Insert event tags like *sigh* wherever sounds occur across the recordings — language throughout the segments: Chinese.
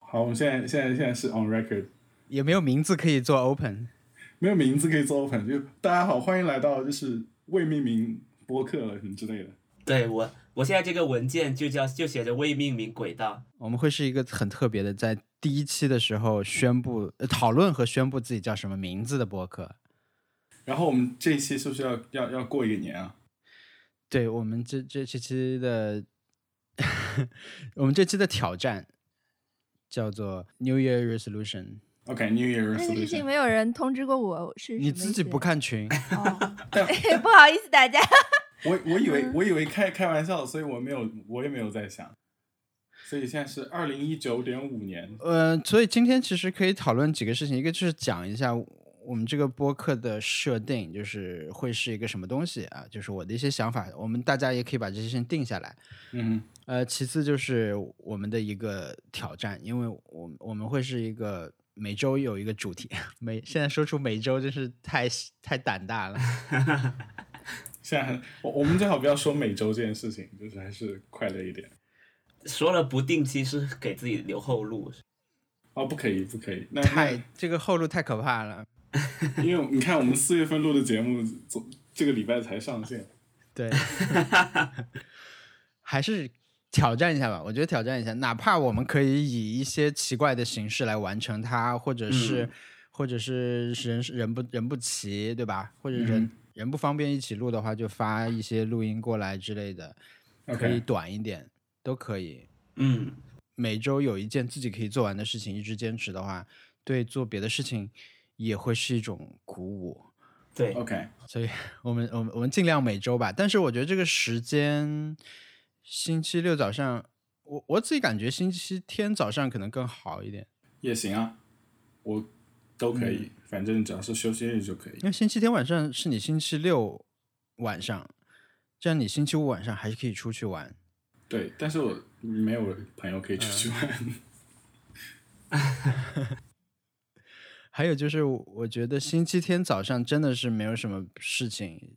好，我们现在现在现在是 on record，有没有名字可以做 open？没有名字可以做 open，就大家好，欢迎来到就是未命名播客了什么之类的。对我，我现在这个文件就叫就写着未命名轨道。我们会是一个很特别的，在第一期的时候宣布、呃讨论和宣布自己叫什么名字的播客。然后我们这一期是不是要要要过一个年啊？对我们这这这期的， *laughs* 我们这期的挑战叫做 New Year Resolution。 OK，New、Year 这件事情 resolution。没有人通知过我是你什么自意己思不看群，哦但 *laughs* 不好意思大家。我我以为我以为开开玩笑，所以我没有我也没有在想。所以现在是二零一九点五年，呃，所以今天其实可以讨论几个事情，一个就是讲一下我们这个播客的设定，就是会是一个什么东西啊，就是我的一些想法，我们大家也可以把这些事情定下来。嗯呃，其次就是我们的一个挑战，因为我们我们会是一个每周有一个主题，每现在说出每周真是太太胆大了。哼，现在很我我们最好不要说每周这件事情，就是还是快乐一点。说了不定期是给自己留后路，哦，不可以，不可以，那那太这个后路太可怕了。因为你看，我们四月份录的节目，昨这个礼拜才上线。对， *laughs* 还是挑战一下吧。我觉得挑战一下，哪怕我们可以以一些奇怪的形式来完成它，或者是、或者是人人不人不齐，对吧？或者人、人不方便一起录的话，就发一些录音过来之类的可以 OK，短一点，都可以。嗯，每周有一件自己可以做完的事情，一直坚持的话，对做别的事情也会是一种鼓舞。对， OK，所以我们我们我们尽量每周吧，但是我觉得这个时间，星期六早上，我我自己感觉星期天早上可能更好一点，也行啊，我都可嗯以，反正只要是休息日就可以。因为星期天晚上是你星期六晚上，这样你星期五晚上还是可以出去玩。对，但是我没有朋友可以出去玩。嗯还有就是，我觉得星期天早上真的是没有什么事情，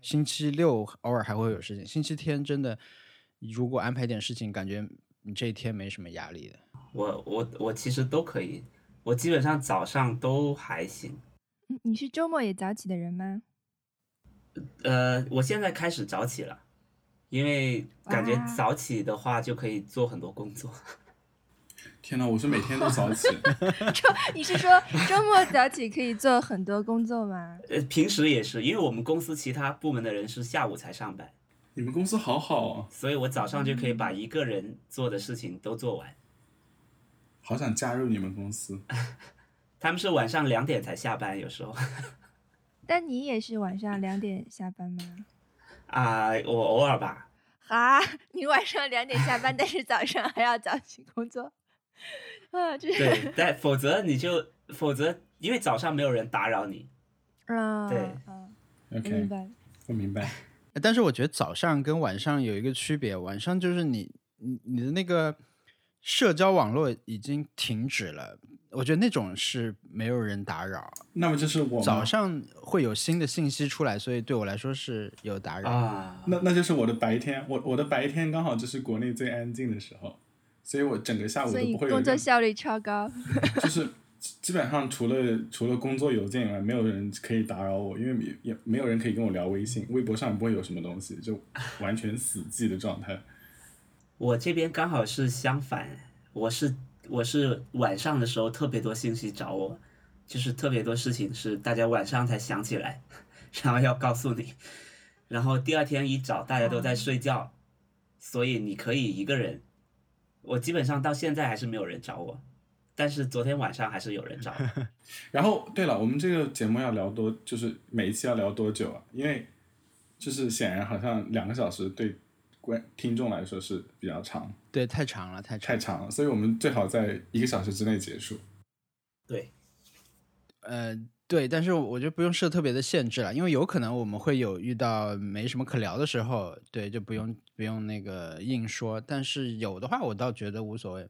星期六偶尔还会有事情，星期天真的如果安排点事情，感觉你这一天没什么压力的。我我我其实都可以，我基本上早上都还行。嗯你是周末也早起的人吗？呃，我现在开始早起了，因为感觉哇早起的话就可以做很多工作。 *laughs* 天哪，我是每天都早起， *laughs* 你是说周末早起可以做很多工作吗？呃，平时也是，因为我们公司其他部门的人是下午才上班，你们公司好好哦，所以我早上就可以把一个人做的事情都做完。好想加入你们公司。他们是晚上两点才下班，有时候 *laughs* 但你也是晚上两点下班吗？啊、我偶尔吧，啊，你晚上两点下班，但是早上还要早起工作，啊，这是对， *laughs* 但否则你就否则，因为早上没有人打扰你。嗯，对嗯，我明 OK，白了。我明白。但是我觉得早上跟晚上有一个区别，晚上就是你你你的那个社交网络已经停止了，我觉得那种是没有人打扰。那么就是我吗早，上会有新的信息出来，所以对我来说是有打扰。啊，那那就是我的白天，我我的白天刚好就是国内最安静的时候，所以我整个下午所都以不会有工人作效率超高， *laughs* 就是基基本上除了除了工作邮件以外，没有人可以打扰我，因为也也没有人可以跟我聊微信，微博上也不会有什么东西，就完全死寂的状态。我这边刚好是相反，我是我是晚上的时候特别多信息找我，就是特别多事情是大家晚上才想起来， *laughs* 然后要告诉你，然后第二天一找大家都在睡觉，所以你可以一个人。我基本上到现在还是没有人找我，但是昨天晚上还是有人找我。然后，对了，我们这个节目要聊多，就是每一期要聊多久啊？因为就是显然好像两个小时对观听众来说是比较长，对，太长了，太长太了。长了，所以我们最好在一个小时之内结束。对，呃，对，但是我觉得不用设特别的限制了，因为有可能我们会有遇到没什么可聊的时候，对，就不用不用那个硬说。但是有的话，我倒觉得无所谓。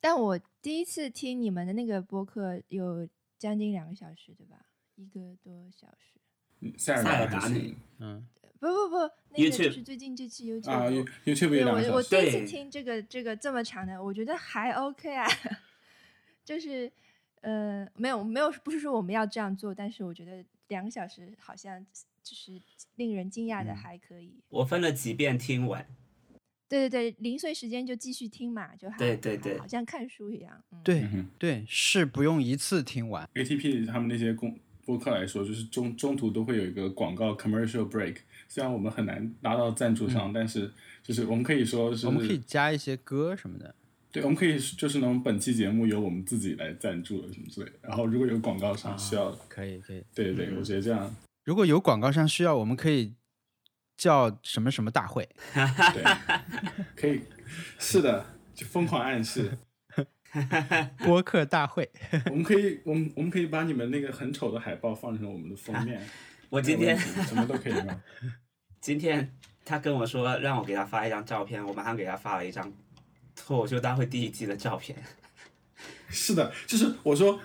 但我第一次听你们的那个播客有将近两个小时，对吧？一个多小时。嗯塞尔达塞尔达还行你嗯，不不不，那个就 YouTube 是最近这期 YouTube 啊，You YouTube 也对两个我小我时，第一对次听这个这个这么长的，我觉得还 OK 啊， *laughs* 就是呃没有没有不是说我们要这样做，但是我觉得两个小时好像就是令人惊讶的嗯还可以。我分了几遍听完，对对对，零碎时间就继续听嘛，就还对对还对好像看书一样。嗯、对嗯哼对，是不用一次听完。 ATP 他们那些公播客来说，就是中中途都会有一个广告 commercial break。虽然我们很难拿到赞助商，但是就是我们可以说是，我们可以加一些歌什么的。对，我们可以就是那种本期节目由我们自己来赞助了什么之类的。然后如果有广告商需要，可以可以。对对对，嗯我觉得这样如果有广告商需要，我们可以叫什么什么大会。对，可以，是的，就疯狂暗示。播客大会，我们可以，我们我们可以把你们那个很丑的海报放成我们的封面。我我今天什么都可以吗？今天他跟我说让我给他发一张照片，我马上给他发了一张脱口秀大会第一季的照片。是的，就是我说，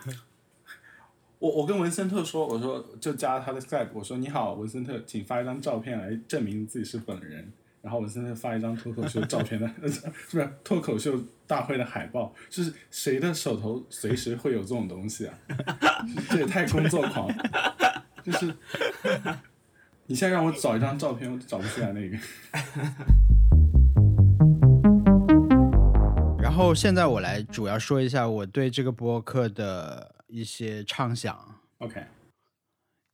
我我跟文森特说，我说就加了他的 Skype，我说你好，文森特，请发一张照片来证明自己是本人。然后文森特发一张脱口秀照片的， *laughs* 是不是脱口秀大会的海报？就是谁的手头随时会有这种东西啊？这也太工作狂了，就是。你现在让我找一张照片，我都找不出来那个。然后现在我来主要说一下我对这个播客的一些畅想， OK，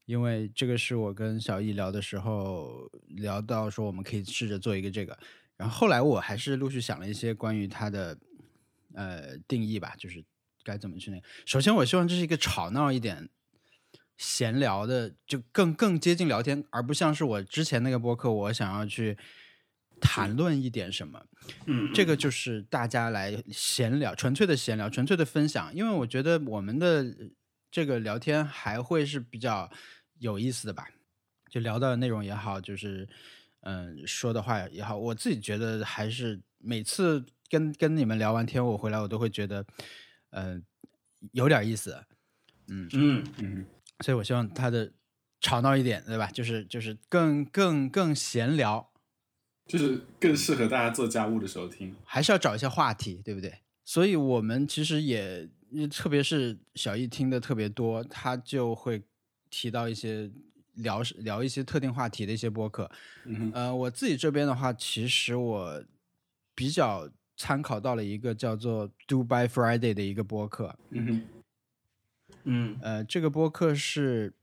因为这个是我跟小易聊的时候聊到说我们可以试着做一个这个，然后后来我还是陆续想了一些关于它的呃定义吧，就是该怎么去那个。首先，我希望这是一个吵闹一点、闲聊的，就更更接近聊天，而不像是我之前那个播客，我想要去谈论一点什么。嗯，这个就是大家来闲聊，纯粹的闲聊，纯粹的分享。因为我觉得我们的这个聊天还会是比较有意思的吧，就聊到的内容也好，就是嗯、说的话也好，我自己觉得还是每次跟跟你们聊完天，我回来我都会觉得，呃，有点意思。嗯，嗯，所以我希望他的吵闹一点，对吧？就是就是更更更闲聊，就是更适合大家做家务的时候听。还是要找一些话题，对不对？所以我们其实也，呃特别是小易听的特别多，他就会提到一些聊聊一些特定话题的一些播客。嗯哼，呃，我自己这边的话，其实我比较参考到了一个叫做 Dubai Friday 的一个播客，嗯哼，嗯呃，这个播客是，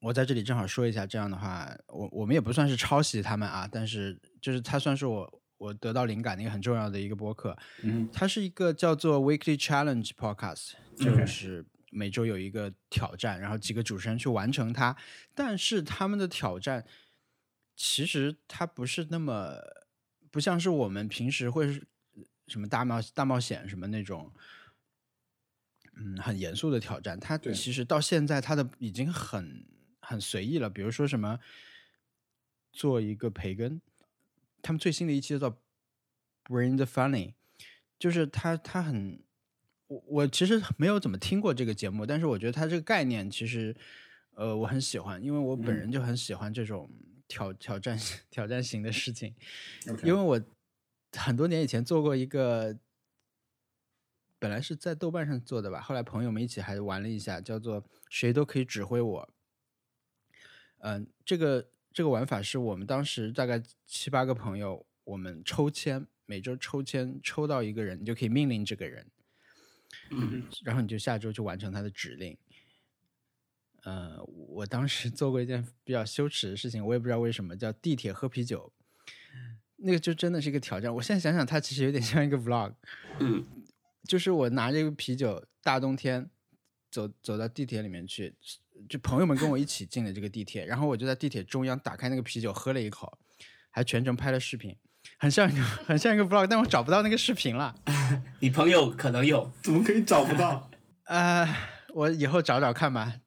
我在这里正好说一下，这样的话，我我们也不算是抄袭他们啊，但是就是它算是我我得到灵感的一个很重要的一个播客。嗯它是一个叫做 Weekly Challenge Podcast，就 OK 是每周有一个挑战，然后几个主持人去完成它。但是他们的挑战其实它不是那么，不像是我们平时会是什么大冒大冒险什么那种，嗯，很严肃的挑战。它对其实到现在它的已经很很随意了，比如说什么做一个培根，他们最新的一期叫做 Bring the Funny，就是他他很，我我其实没有怎么听过这个节目，但是我觉得他这个概念其实，呃，我很喜欢，因为我本人就很喜欢这种挑挑战挑战型的事情， ，OK，因为我很多年以前做过一个，本来是在豆瓣上做的吧，后来朋友们一起还玩了一下，叫做“谁都可以指挥我”。嗯、这个这个玩法是我们当时大概七八个朋友，我们抽签，每周抽签抽到一个人，你就可以命令这个人，嗯然后你就下周就完成他的指令。呃，我当时做过一件比较羞耻的事情，我也不知道为什么，叫地铁喝啤酒，那个就真的是一个挑战。我现在想想，它其实有点像一个 vlog，嗯就是我拿着一个啤酒，大冬天走走到地铁里面去，就朋友们跟我一起进了这个地铁，然后我就在地铁中央打开那个啤酒喝了一口，还全程拍了视频，很像一个 *laughs* 很像一个 vlog，但我找不到那个视频了。你朋友可能有，怎么可以找不到？呃，我以后找找看吧。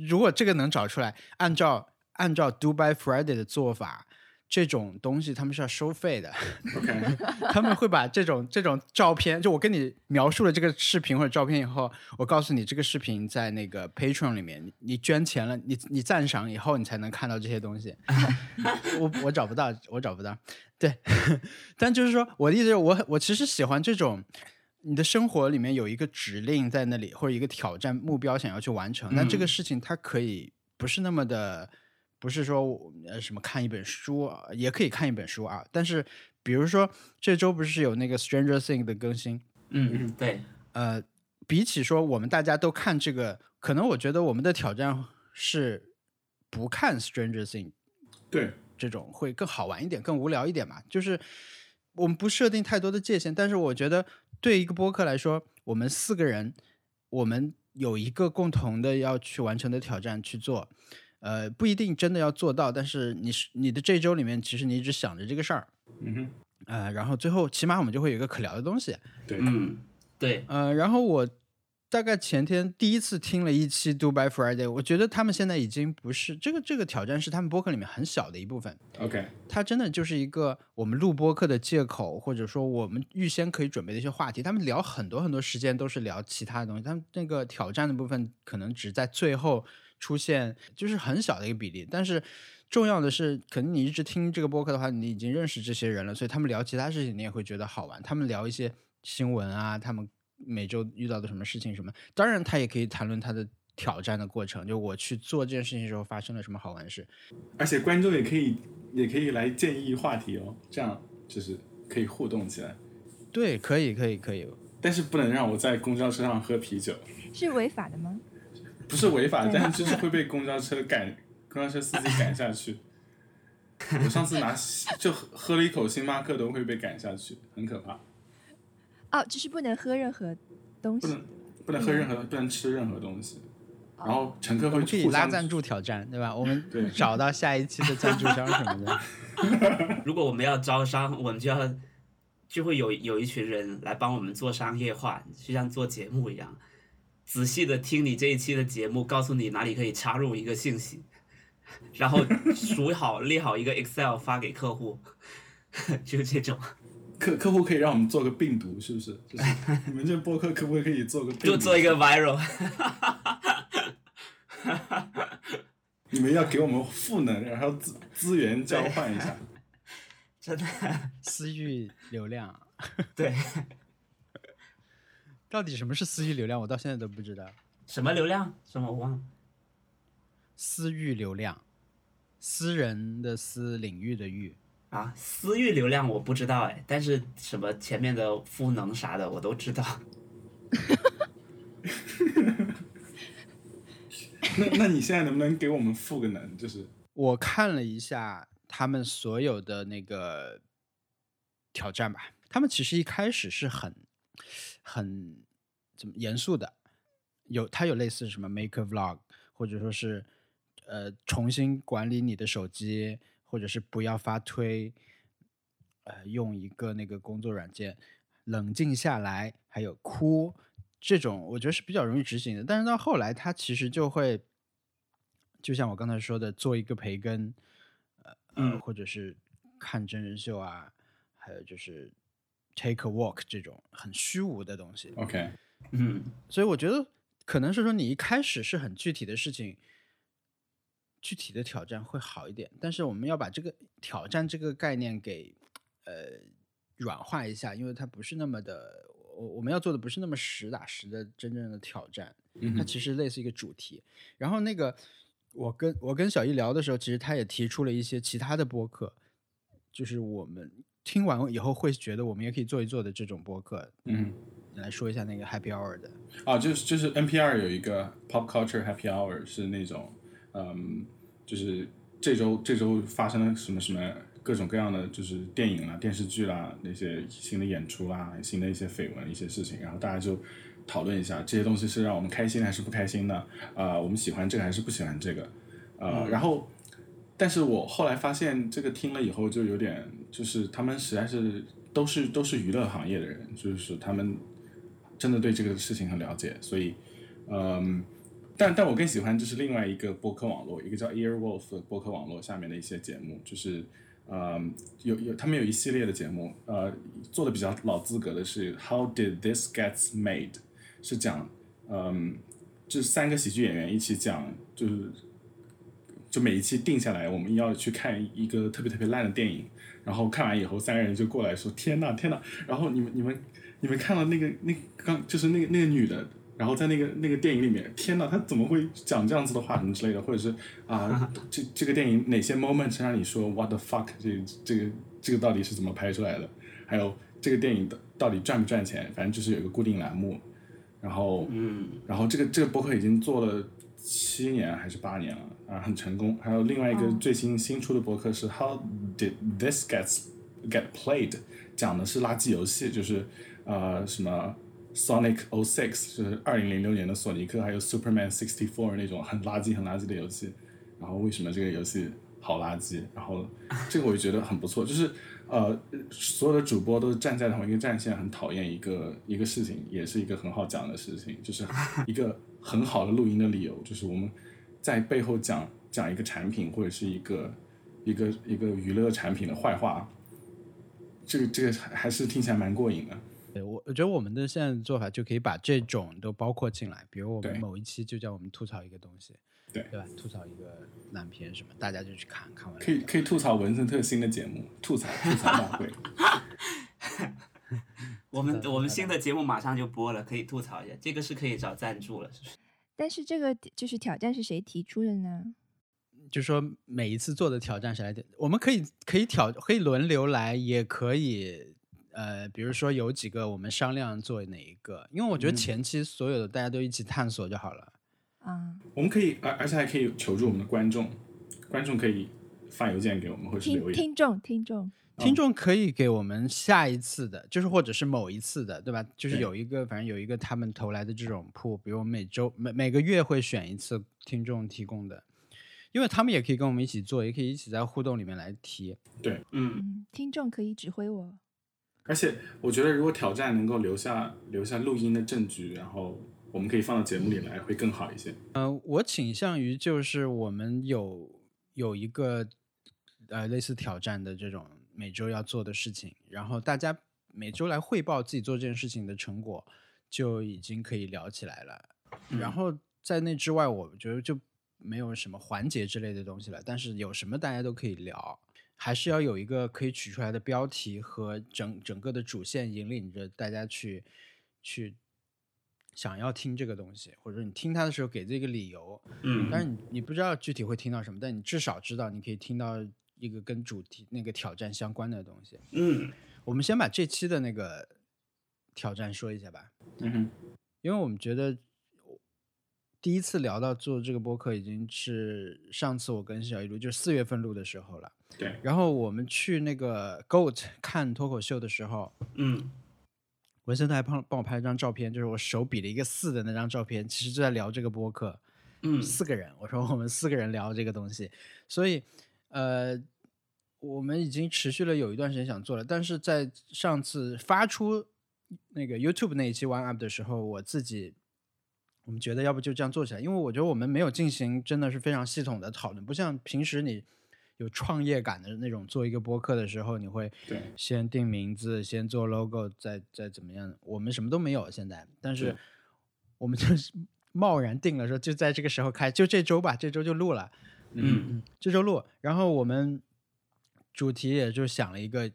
如果这个能找出来，按照按照 Dubai Friday 的做法，这种东西他们是要收费的， OK，他们会把这种这种照片，就我跟你描述了这个视频或者照片以后，我告诉你这个视频在那个 Patreon 里面，你你捐钱了，你你赞赏以后，你才能看到这些东西。我我找不到，我找不到。对， *laughs* 但就是说我的意思是我很我其实喜欢这种。你的生活里面有一个指令在那里，或者一个挑战目标想要去完成，但这个嗯事情它可以不是那么的，不是说我呃什么看一本书啊，也可以看一本书啊。但是比如说这周不是有那个《Stranger Things》的更新，嗯，对，呃，比起说我们大家都看这个，可能我觉得我们的挑战是不看《Stranger Things》对，这种会更好玩一点，更无聊一点嘛。就是我们不设定太多的界限，但是我觉得对一个播客来说，我们四个人，我们有一个共同的要去完成的挑战去做。呃，不一定真的要做到，但是你是你的这周里面，其实你一直想着这个事儿，嗯哼，呃，然后最后起码我们就会有一个可聊的东西，对，嗯，对，呃，然后我大概前天第一次听了一期 Dubai Friday，我觉得他们现在已经不是这个这个挑战是他们播客里面很小的一部分， OK，它真的就是一个我们录播客的借口，或者说我们预先可以准备的一些话题。他们聊很多很多时间都是聊其他的东西，他们那个挑战的部分可能只在最后出现，就是很小的一个比例。但是重要的是，可能你一直听这个播客的话，你已经认识这些人了，所以他们聊其他事情你也会觉得好玩。他们聊一些新闻啊，他们每周遇到的什么事情什么，当然他也可以谈论他的。挑战的过程，就我去做这件事情的时候发生了什么好玩的事，而且观众也可以也可以来建议话题哦，这样就是可以互动起来，对，可以，可以，可以，但是不能让我在公交车上喝啤酒，是违法的吗？不是违法，但就是会被公交车赶，公交车司机赶下去。我上次拿就喝喝了一口星巴克都会被赶下去，很可怕，哦，就是不能喝任何东不西。能不能喝任何，不能吃任何东西。然后乘客嗯哦我会们可以互拉相赞助挑战，对 *laughs* 吧？我对们找到下一期的赞助商什么的。如果我们要招商，我们就要就会有有一群人来帮我们做商业化，就像做节目一样，仔细的听你这一期的节目，告诉你哪里可以插入一个信息， *laughs* 然后数好列好一个 Excel 发给客户， *laughs* 就这种，客客户可以让我们做个病毒，是不是？就是你们这播客可不可以做个病毒？就做一个 viral。你们要给我们赋能，然后资资源交换一下。真的， *laughs* 私域流量对，到底什么是私域流量？我到现在都不知道。什么流量？什么我忘了。私域流量，私人的私，领域的域。啊，私域流量我不知道哎，但是什么前面的赋能啥的我都知道。那那你现在能不能给我们赋个能？就是我看了一下他们所有的那个挑战吧，他们其实一开始是很很怎么严肃的，有它有类似什么 make a vlog，或者说是呃重新管理你的手机，或者是不要发推，呃用一个那个工作软件冷静下来，还有哭这种，我觉得是比较容易执行的。但是到后来，它其实就会，就像我刚才说的，做一个培根，呃，嗯或者是看真人秀啊，还有就是 take a walk 这种很虚无的东西。 OK，嗯，所以我觉得可能是说你一开始是很具体的事情，具体的挑战会好一点，但是我们要把这个挑战这个概念给呃软化一下，因为它不是那么的，我我们要做的不是那么实打实的真正的挑战，嗯它哼其实类似一个主题。然后那个我跟我跟小易聊的时候，其实他也提出了一些其他的播客，就是我们听完以后会觉得我们也可以做一做的这种播客。嗯，你来说一下那个 Happy Hour 的。啊，就是就是 NPR 有一个 Pop Culture Happy Hour 是那种，嗯，就是这周这周发生了什么什么各种各样的就是电影啊啦、电视剧啦那些新的演出啦、新的一些绯闻一些事情，然后大家就讨论一下这些东西是让我们开心还是不开心的，啊、我们喜欢这个还是不喜欢这个，呃，然后。但是我后来发现，这个听了以后就有点，就是他们实在是都是都是娱乐行业的人，就是他们真的对这个事情很了解，所以，嗯，但但我更喜欢就是另外一个播客网络，一个叫 Earwolf 的播客网络下面的一些节目，就是呃，有有他们有一系列的节目，呃，做的比较老资格的是 How did this gets made？是讲，嗯、这三个喜剧演员一起讲，就是就每一期定下来，我们要去看一个特别特别烂的电影，然后看完以后，三个人就过来说：“天呐，天呐！”然后你们你们你们看了那个那个刚就是那个那个女的，然后在那个那个电影里面，天呐，她怎么会讲这样子的话什么之类的，或者是啊、这这个电影哪些 moment 让你说 “what the fuck”？这这个这个到底是怎么拍出来的？还有这个电影的到底赚不赚钱？反正就是有一个固定栏目，然后嗯，然后这个这个博客已经做了七年还是八年了啊，很成功。还有另外一个哦最新新出的博客是 How did this gets get played，讲的是垃圾游戏，就是呃什么 Sonic 06，就是二零零六年的索尼克，还有 Superman 64那种很垃圾很垃圾的游戏。然后为什么这个游戏好垃圾？然后这个我就觉得很不错，就是呃，所有的主播都是站在同一个战线，很讨厌一个一个事情，也是一个很好讲的事情，就是一个很好的录音的理由，就是我们在背后讲讲一个产品或者是一个一个一个娱乐产品的坏话，这个这个还还是听起来蛮过瘾的。对我，我觉得我们的现在的做法就可以把这种都包括进来，比如我们对某一期就叫我们吐槽一个东西，对对吧？吐槽一个烂片什么，大家就去看看完了可以聊可以吐槽文森特新的节目，吐槽吐槽大会。吐槽我们我们吐槽新的节目马上就播了，可以吐槽一下，这个是可以找赞助了，是不是？但是这个就是挑战是谁提出的呢？就说每一次做的挑战谁来挑？我们可以可以挑，可以轮流来，也可以呃，比如说有几个我们商量做哪一个，因为我觉得嗯前期所有的大家都一起探索就好了。啊、我们可以，而而且还可以求助我们的观众，观众可以发邮件给我们，或者是听留言。听众听众，听众可以给我们下一次的，就是或者是某一次的，对吧？就是对有一个，反正有一个他们投来的这种铺，比如我们每周每每个月会选一次听众提供的，因为他们也可以跟我们一起做，也可以一起在互动里面来提。嗯，嗯，听众可以指挥我。而且我觉得，如果挑战能够留下留下录音的证据，然后我们可以放到节目里来，会更好一些。呃，我倾向于就是我们有有一个呃类似挑战的这种每周要做的事情，然后大家每周来汇报自己做这件事情的成果，就已经可以聊起来了。嗯然后在那之外，我觉得就没有什么环节之类的东西了。但是有什么大家都可以聊，还是要有一个可以取出来的标题和整整个的主线引领着大家去去想要听这个东西，或者你听它的时候给这个理由。嗯但是你你不知道具体会听到什么，但你至少知道你可以听到一个跟主题那个挑战相关的东西。嗯我们先把这期的那个挑战说一下吧。嗯哼，因为我们觉得第一次聊到做这个播客已经是上次我跟小一录，就是四月份录的时候了。对。然后我们去那个 Goat 看脱口秀的时候，嗯文森特还帮帮我拍了张照片，就是我手比了一个四的那张照片，其实就在聊这个播客。嗯四个人，我说我们四个人聊这个东西，所以呃，我们已经持续了有一段时间想做了，但是在上次发出那个 YouTube 那一期 One Up 的时候，我自己我们觉得要不就这样做起来，因为我觉得我们没有进行真的是非常系统的讨论，不像平时你。有创业感的那种，做一个播客的时候，你会对先定名字，先做 logo，再再怎么样的。我们什么都没有现在，但是对我们就是 *laughs* 贸然定了说，就在这个时候开，就这周吧，这周就录了，嗯这周录。然后我们主题也就想了一个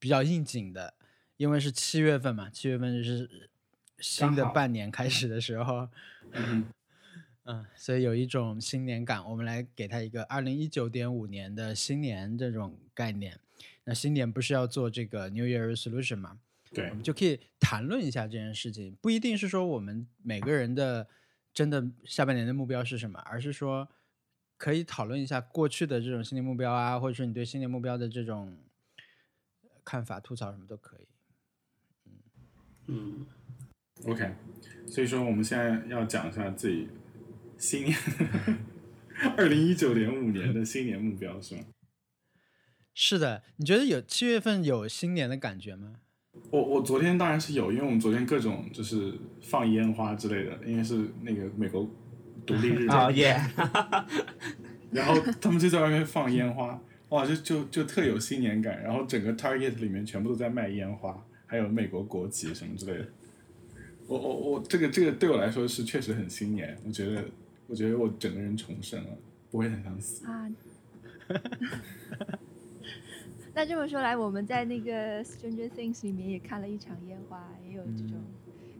比较应景的，因为是七月份嘛，七月份就是新的刚好半年开始的时候，嗯哼， *laughs* 嗯，所以有一种新年感，我们来给它一个二零一九点五年的新年这种概念。那新年不是要做这个 New Year Resolution 嘛？对我们就可以谈论一下这件事情，不一定是说我们每个人的真的下半年的目标是什么，而是说可以讨论一下过去的这种新年目标啊，或者说你对新年目标的这种看法、吐槽什么都可以。嗯，OK。所以说，我们现在要讲一下自己新年 *laughs* 二零一九年五年的新年目标是吗？是的，你觉得有七月份有新年的感觉吗？我我昨天当然是有，因为我们昨天各种就是放烟花之类的，因为是那个美国独立日 *laughs* 哦耶，然后他们就在外面放烟花，哇，就就就特有新年感。然后整个 Target 里面全部都在卖烟花，还有美国国旗什么之类的。我我我，这个这个对我来说是确实很新年，我觉得我觉得我整个人重生了，不会很想死。啊。 *laughs* 那这么说来，我们在那个《Stranger Things》里面也看了一场烟花，也有这种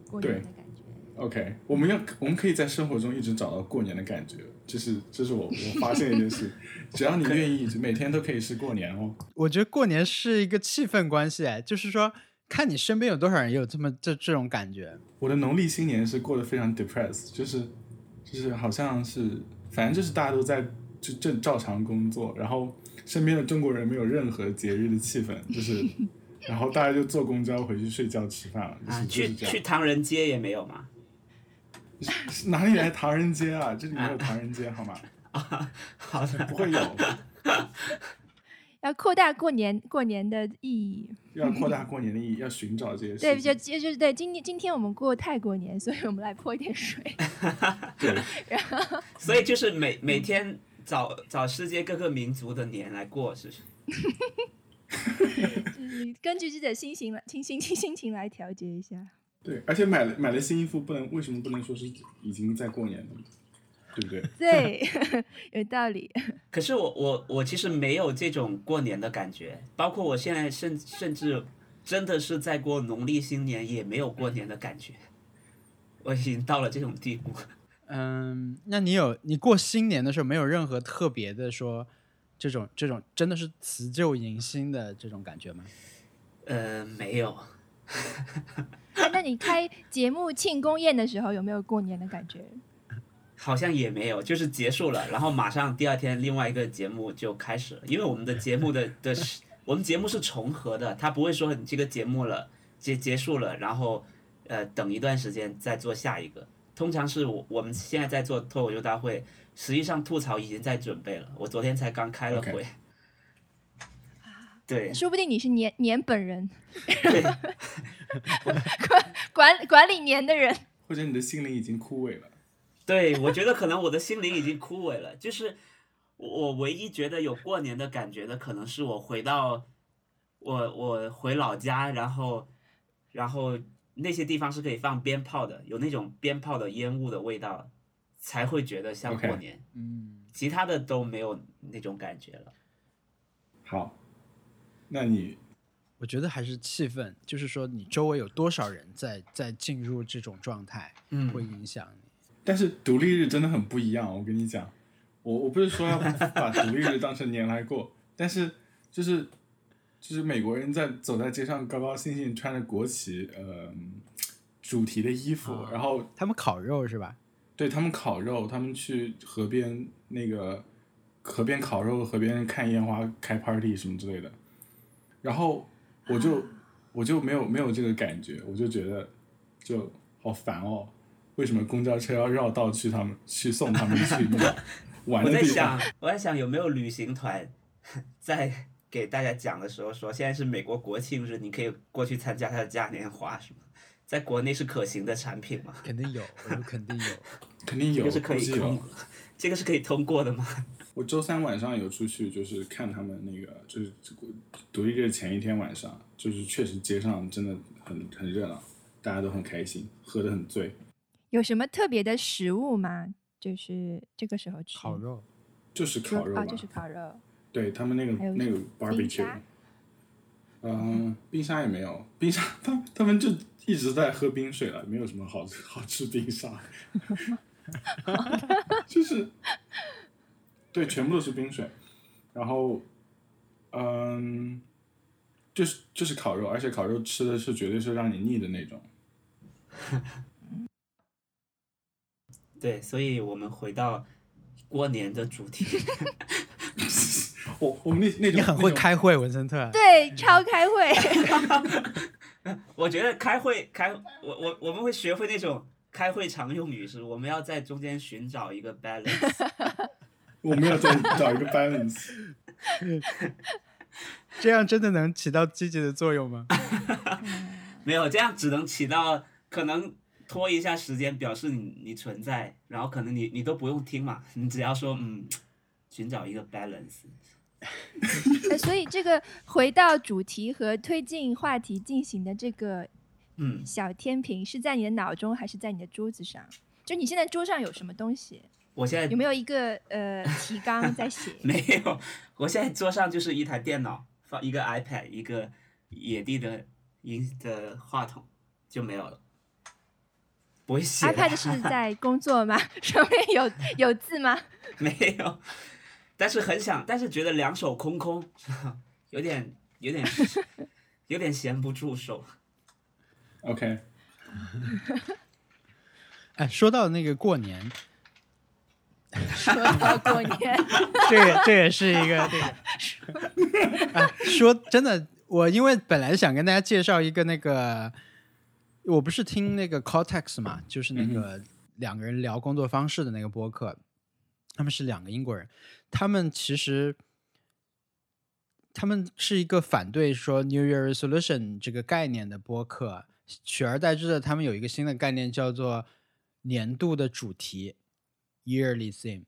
过年对的感觉。 OK，我们要我们可以在生活中一直找到过年的感觉，这是这是我我发现的一件事，只要你愿意，每天都可以是过年哦。我觉得过年是一个气氛关系，哎，就是说看你身边有多少人有这么这这种感觉。我的农历新年是过得非常 depressed，就是就是好像是反正就是大家都在就正照常工作，然后身边的中国人没有任何节日的气氛，就是然后大家就坐公交回去睡觉吃饭了，就是、啊，就是去这去样。唐人街也没有嘛？是哪里来唐人街啊？这里没有唐人街好吗？啊，好 *laughs* 的，不会有，要扩大过年过年的意义。要扩大过年的意义，要寻找这些事情。对，就就就是对，今天今天我们过泰国年，所以我们来泼一点水。 *laughs* 对所以就是每每天找找世界各个民族的年来过，是不是？就是根据自己的心情来，心心心情来调节一下。对，而且买了买了新衣服，不能为什么不能说是已经在过年了，对不对？对， *laughs* 有道理。哎可是我我我其实没有这种过年的感觉，包括我现在甚甚至真的是在过农历新年，也没有过年的感觉。我已经到了这种地步，嗯，那你有你过新年的时候没有任何特别的说这种这种真的是辞旧迎新的这种感觉吗？呃，没有，那你开节目庆功宴的时候，有没有过年的感觉？ *laughs* 好像也没有，就是结束了，然后马上第二天另外一个节目就开始了，因为我们的节目的的是，我们节目是重合的，他不会说你这个节目了结结束了，然后呃等一段时间再做下一个。通常是我我们现在在做脱口秀大会，实际上吐槽已经在准备了，我昨天才刚开了 OK 会。对说不定你是年年本人，对，管管理年的人。 *laughs* *laughs* 或者你的心灵已经枯萎了。对，我觉得可能我的心灵已经枯萎了。就是我唯一觉得有过年的感觉的，可能是我回到我我回老家，然后然后那些地方是可以放鞭炮的，有那种鞭炮的烟雾的味道，才会觉得像过 OK 年。嗯，其他的都没有那种感觉了。好，那你我觉得还是气氛，就是说你周围有多少人在在进入这种状态，嗯会影响你。但是独立日真的很不一样，我跟你讲，我我不是说要把独立日当成年来过，但是就是就是美国人在走在街上高高兴兴穿着国旗，呃，主题的衣服，然后他们烤肉是吧？对他们烤肉，他们去河边那个河边烤肉，河边看烟花、开 party 什么之类的。然后我就、啊我就没有没有这个感觉，我就觉得就好烦哦。为什么公交车要绕道去他们去送他们去那 *laughs* 个玩我的在地想 *laughs* 方？，我在想有没有旅行团 *laughs* 在给大家讲的时候说，现在是美国国庆日，你可以过去参加他的嘉年华什么，在国内是可行的产品吗？肯定有，我觉得肯定有。肯定这有，个是可以估计有通，这个是可以通过的吗？ *laughs* 我周三晚上有出去，就是看他们那个，就是独立日前一天晚上，就是确实街上真的很很热闹，大家都很开心，喝得很醉。有什么特别的食物吗？就是这个时候吃烤肉，就是烤肉吧，啊，就是烤肉。 *laughs* 对他们那个还有那个冰 barbecue，沙嗯，冰沙也没有，冰沙他他们就一直在喝冰水了，没有什么好好吃冰 *laughs* 沙，就是对，全部都是冰水，然后嗯，就是就是烤肉，而且烤肉吃的是绝对是让你腻的那种，对，所以我们回到过年的主题。 *laughs* 我我们那那种你很那会种开会，文森特。嗯对，超 *laughs* 开会。我觉得开会开我我我们会学会那种开会常用语是，我们要在中间寻找一个 balance。我们要再找一个 balance。这样真的能起到积极的作用吗？没有，这样只能起到可能拖一下时间，表示你你存在，然后可能你你都不用听嘛，你只要说嗯，寻找一个 balance，呃，所以这个回到主题和推进话题进行的这个嗯，小天平是在你的脑中还是在你的桌子上？就你现在桌上有什么东西？我现在有没有一个呃提纲 *laughs* 在写？没有，我现在桌上就是一台电脑，放一个 iPad，一个野地的音的话筒，就没有了。不会写的 iPad 是在工作吗？ *laughs* 上面有有字吗？ *laughs* *laughs* 没有，但是很想，但是觉得两手空空， *laughs* 有点有点有点闲不住手。 OK， *laughs* 哎，说到那个过年，说到过年， *laughs* 这个这也是一个这个， *laughs* 啊，说真的，我因为本来想跟大家介绍一个那个，我不是听那个 Cortex 嘛，就是那个两个人聊工作方式的那个播客，他们是两个英国人，他们其实。他们是一个反对说 New Year Resolution 这个概念的播客，取而代之的，他们有一个新的概念叫做年度的主题 （Yearly Theme）。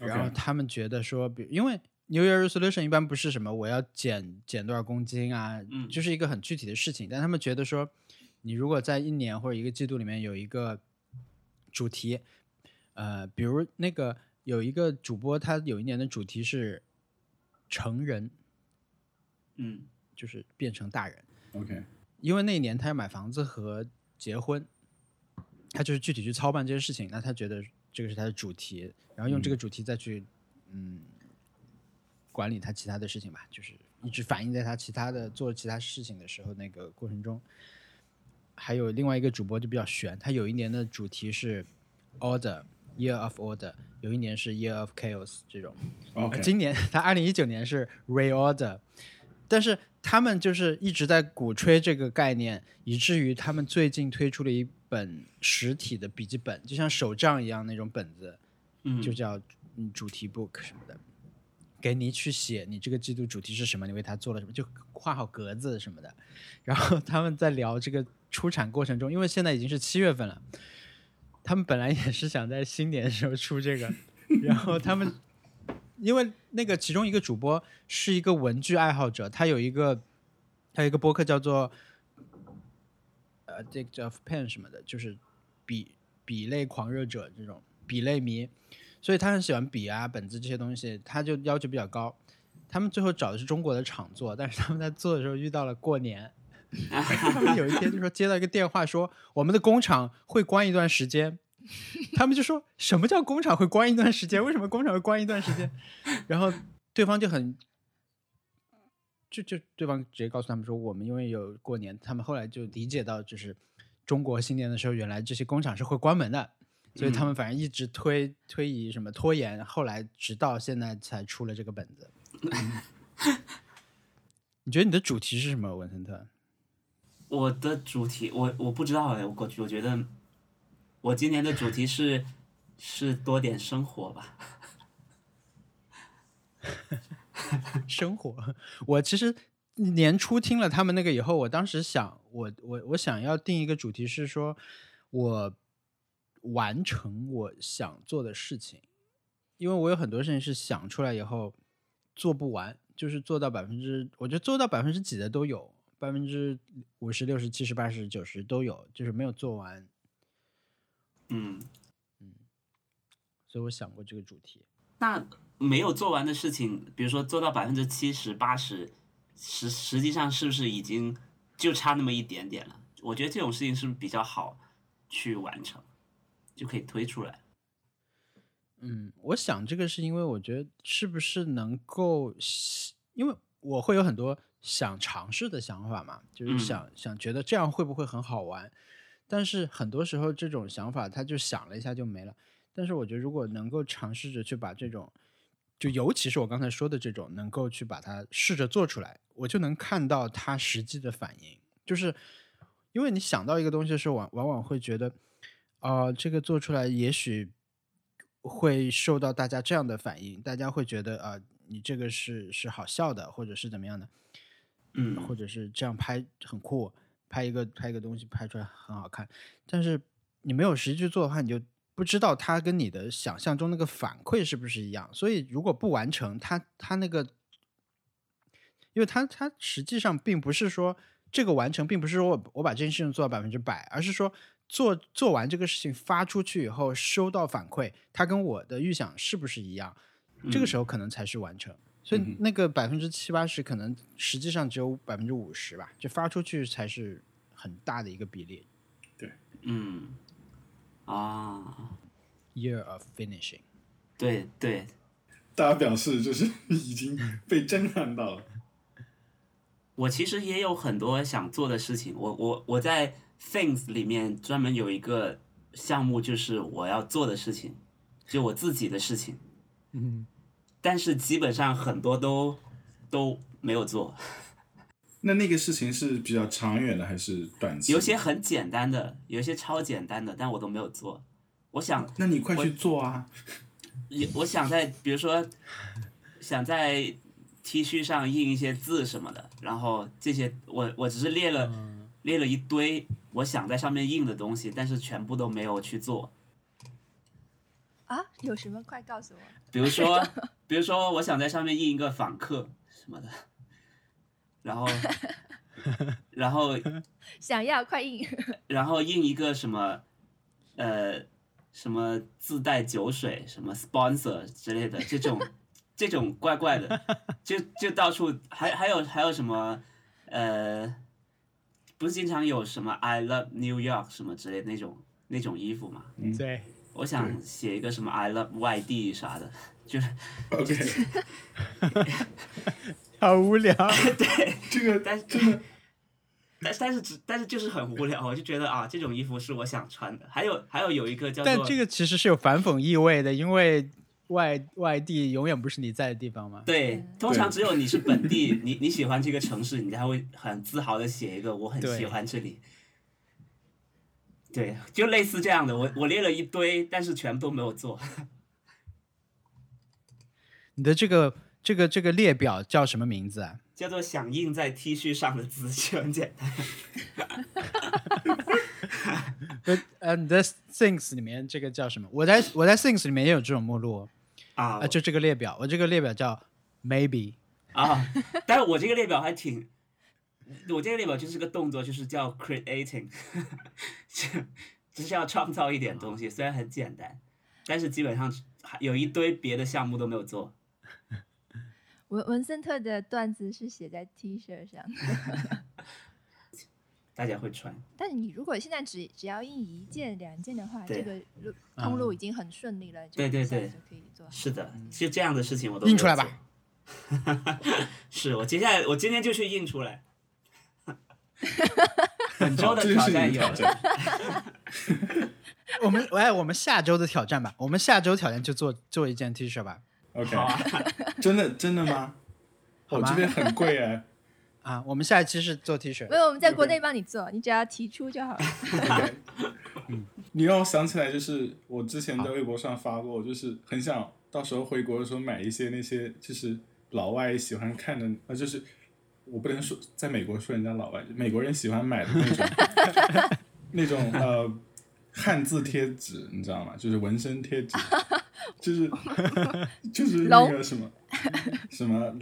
然后 OK 他们觉得说，比因为 New Year Resolution 一般不是什么我要减减多少公斤啊，嗯就是一个很具体的事情。但他们觉得说，你如果在一年或者一个季度里面有一个主题，呃，比如那个有一个主播，他有一年的主题是成人，嗯就是变成大人。 OK，因为那一年他要买房子和结婚，他就是具体去操办这些事情。那他觉得这个是他的主题，然后用这个主题再去嗯管理他其他的事情吧，就是一直反映在他其他的做其他事情的时候那个过程中。还有另外一个主播就比较悬，他有一年的主题是 order year of order，有一年是 year of chaos 这种。 OK，呃今年他二零一九年是 reorder，但是他们就是一直在鼓吹这个概念，以至于他们最近推出了一本实体的笔记本，就像手账一样那种本子，嗯，就叫嗯主题 book 什么的，给你去写你这个季度主题是什么，你为它做了什么，就画好格子什么的。然后他们在聊这个出产过程中，因为现在已经是七月份了，他们本来也是想在新年的时候出这个，然后他们因为那个其中一个主播是一个文具爱好者，他有一个他有一个播客叫做呃 Addict of Pen 什么的，就是笔笔类狂热者这种笔类迷，所以他很喜欢笔啊、本子这些东西，他就要求比较高。他们最后找的是中国的厂做，但是他们在做的时候遇到了过年，他们 *laughs* 有一天就说接到一个电话说我们的工厂会关一段时间，他们就说什么叫工厂会关一段时间？为什么工厂会关一段时间？然后对方就很，就就对方直接告诉他们说我们因为有过年，他们后来就理解到就是中国新年的时候，原来这些工厂是会关门的，所以他们反正一直推、推移什么拖延，后来直到现在才出了这个本子。嗯你觉得你的主题是什么，文森特？我的主题，我我不知道哎，我我觉得我今年的主题是是多点生活吧。生活。我其实年初听了他们那个以后，我当时想，我我我想要定一个主题是说，我完成我想做的事情，因为我有很多事情是想出来以后做不完，就是做到百分之，我觉得做到百分之几的都有，百分之五十、六十、七十、八十、九十都有，就是没有做完，嗯，所以我想过这个主题。那没有做完的事情，比如说做到百分之七十、八十，实实际上是不是已经就差那么一点点了？我觉得这种事情是不是比较好去完成，就可以推出来。嗯，我想这个是因为我觉得是不是能够吸，因为我会有很多想尝试的想法嘛，就是嗯想、想觉得这样会不会很好玩，但是很多时候这种想法他就想了一下就没了。但是我觉得如果能够尝试着去把这种，就尤其是我刚才说的这种，能够去把它试着做出来，我就能看到它实际的反应。就是因为你想到一个东西的时候，往往往会觉得，啊、这个做出来也许会受到大家这样的反应，大家会觉得啊、你这个是是好笑的，或者是怎么样的，嗯或者是这样拍很酷，拍一个拍一个东西拍出来很好看，但是你没有实际去做的话，你就不知道它跟你的想象中那个反馈是不是一样。所以如果不完成，它它那个因为它它实际上并不是说这个完成，并不是说我我把这件事情做到百分之百，而是说做做完这个事情发出去以后收到反馈，它跟我的预想是不是一样，这嗯个时候可能才是完成。所以那个百分之七八十可能实际上只有百分之五十吧，就发出去才是很大的一个比例。嗯，啊， Year of finishing，对对，大家表示就是已经被震撼到了。我其实也有很多想做的事情，我我我在 Things 里面专门有一个项目，就是我要做的事情，就我自己的事情，嗯，但是基本上很多都都没有做，那那个事情是比较长远的还是短期？有些，很简单的，有些超简单的，但我都没有做。我想那你快去做啊！也我想在，比如说，想在 T 恤上印一些字什么的，然后这些我我只是列了、列了一堆我想在上面印的东西，但是全部都没有去做。 *laughs* 啊，有什么快告诉我。比如说，比如说我想在上面印一个访客什么的，然后，然后想要快印，然后印一个什么，呃，什么自带酒水、什么 sponsor 之类的这种这种怪怪的，就就到处还还有还有什么，呃，不是经常有什么 I love New York 什么之类的那种那种衣服嘛？对，我想写一个什么 I love 外地啥的，就是 *laughs* OK，好无聊。这个但是真的， *laughs* 但但是只但是就是很无聊，我就觉得啊，这种衣服是我想穿的。还有还有有一个叫 *laughs* 做但这个其实是有反讽意味的，因为外外地永远不是你在的地方嘛。对，通常只有你是本地，你你喜欢这个城市，你才会很自豪的写一个我很对喜欢这里。对，就类似这样的，我我列了一堆，但是全部都没有做。你的这个这个这个列表叫什么名字啊？叫做响应在 T 恤上的字就很简单，呃呃，你的 Things 里面这个叫什么？我在我在 Things 里面也有这种目录啊啊、就这个列表，我这个列表叫 Maybe。啊！但是我这个列表还挺，我这个列表就是个动作，就是叫 creating，就就是要创造一点东啊西，虽然很简单，但是基本上还有一堆别的项目都没有做。文文森特的段子是写在 T 恤上，大家会穿，但你如果现在只只要印一件两件的话，对这个路通嗯路已经很顺利了，就对对一下对子就可以做好。 *laughs* 是的，就这样的事情我都印没有出来做 *laughs* 吧。是我接下来，我今天就去印 *laughs* 出来。本周好，的这就挑是战你的挑有了，战。 *laughs* 我们哎，我们下周的挑战吧，我们下周挑战就做做一件 T 恤吧。 OK，好啊，真的真的吗？好我吧这边很贵 *laughs* 哎。啊，我们下一期是做 T 恤没。有，我们在国内帮你做，你只要提出就好了。 *laughs* OK，你让我想起来，就是我之前在微博上发过，我就是很想到时候回国的时候买一些那些就是老外喜欢看的，呃，就是我不能说在美国说人家老外，美国人喜欢买的那种那种 *laughs* 呃汉字贴纸，你知道吗？就是纹身贴纸，就是 *laughs* 就是那个什么什么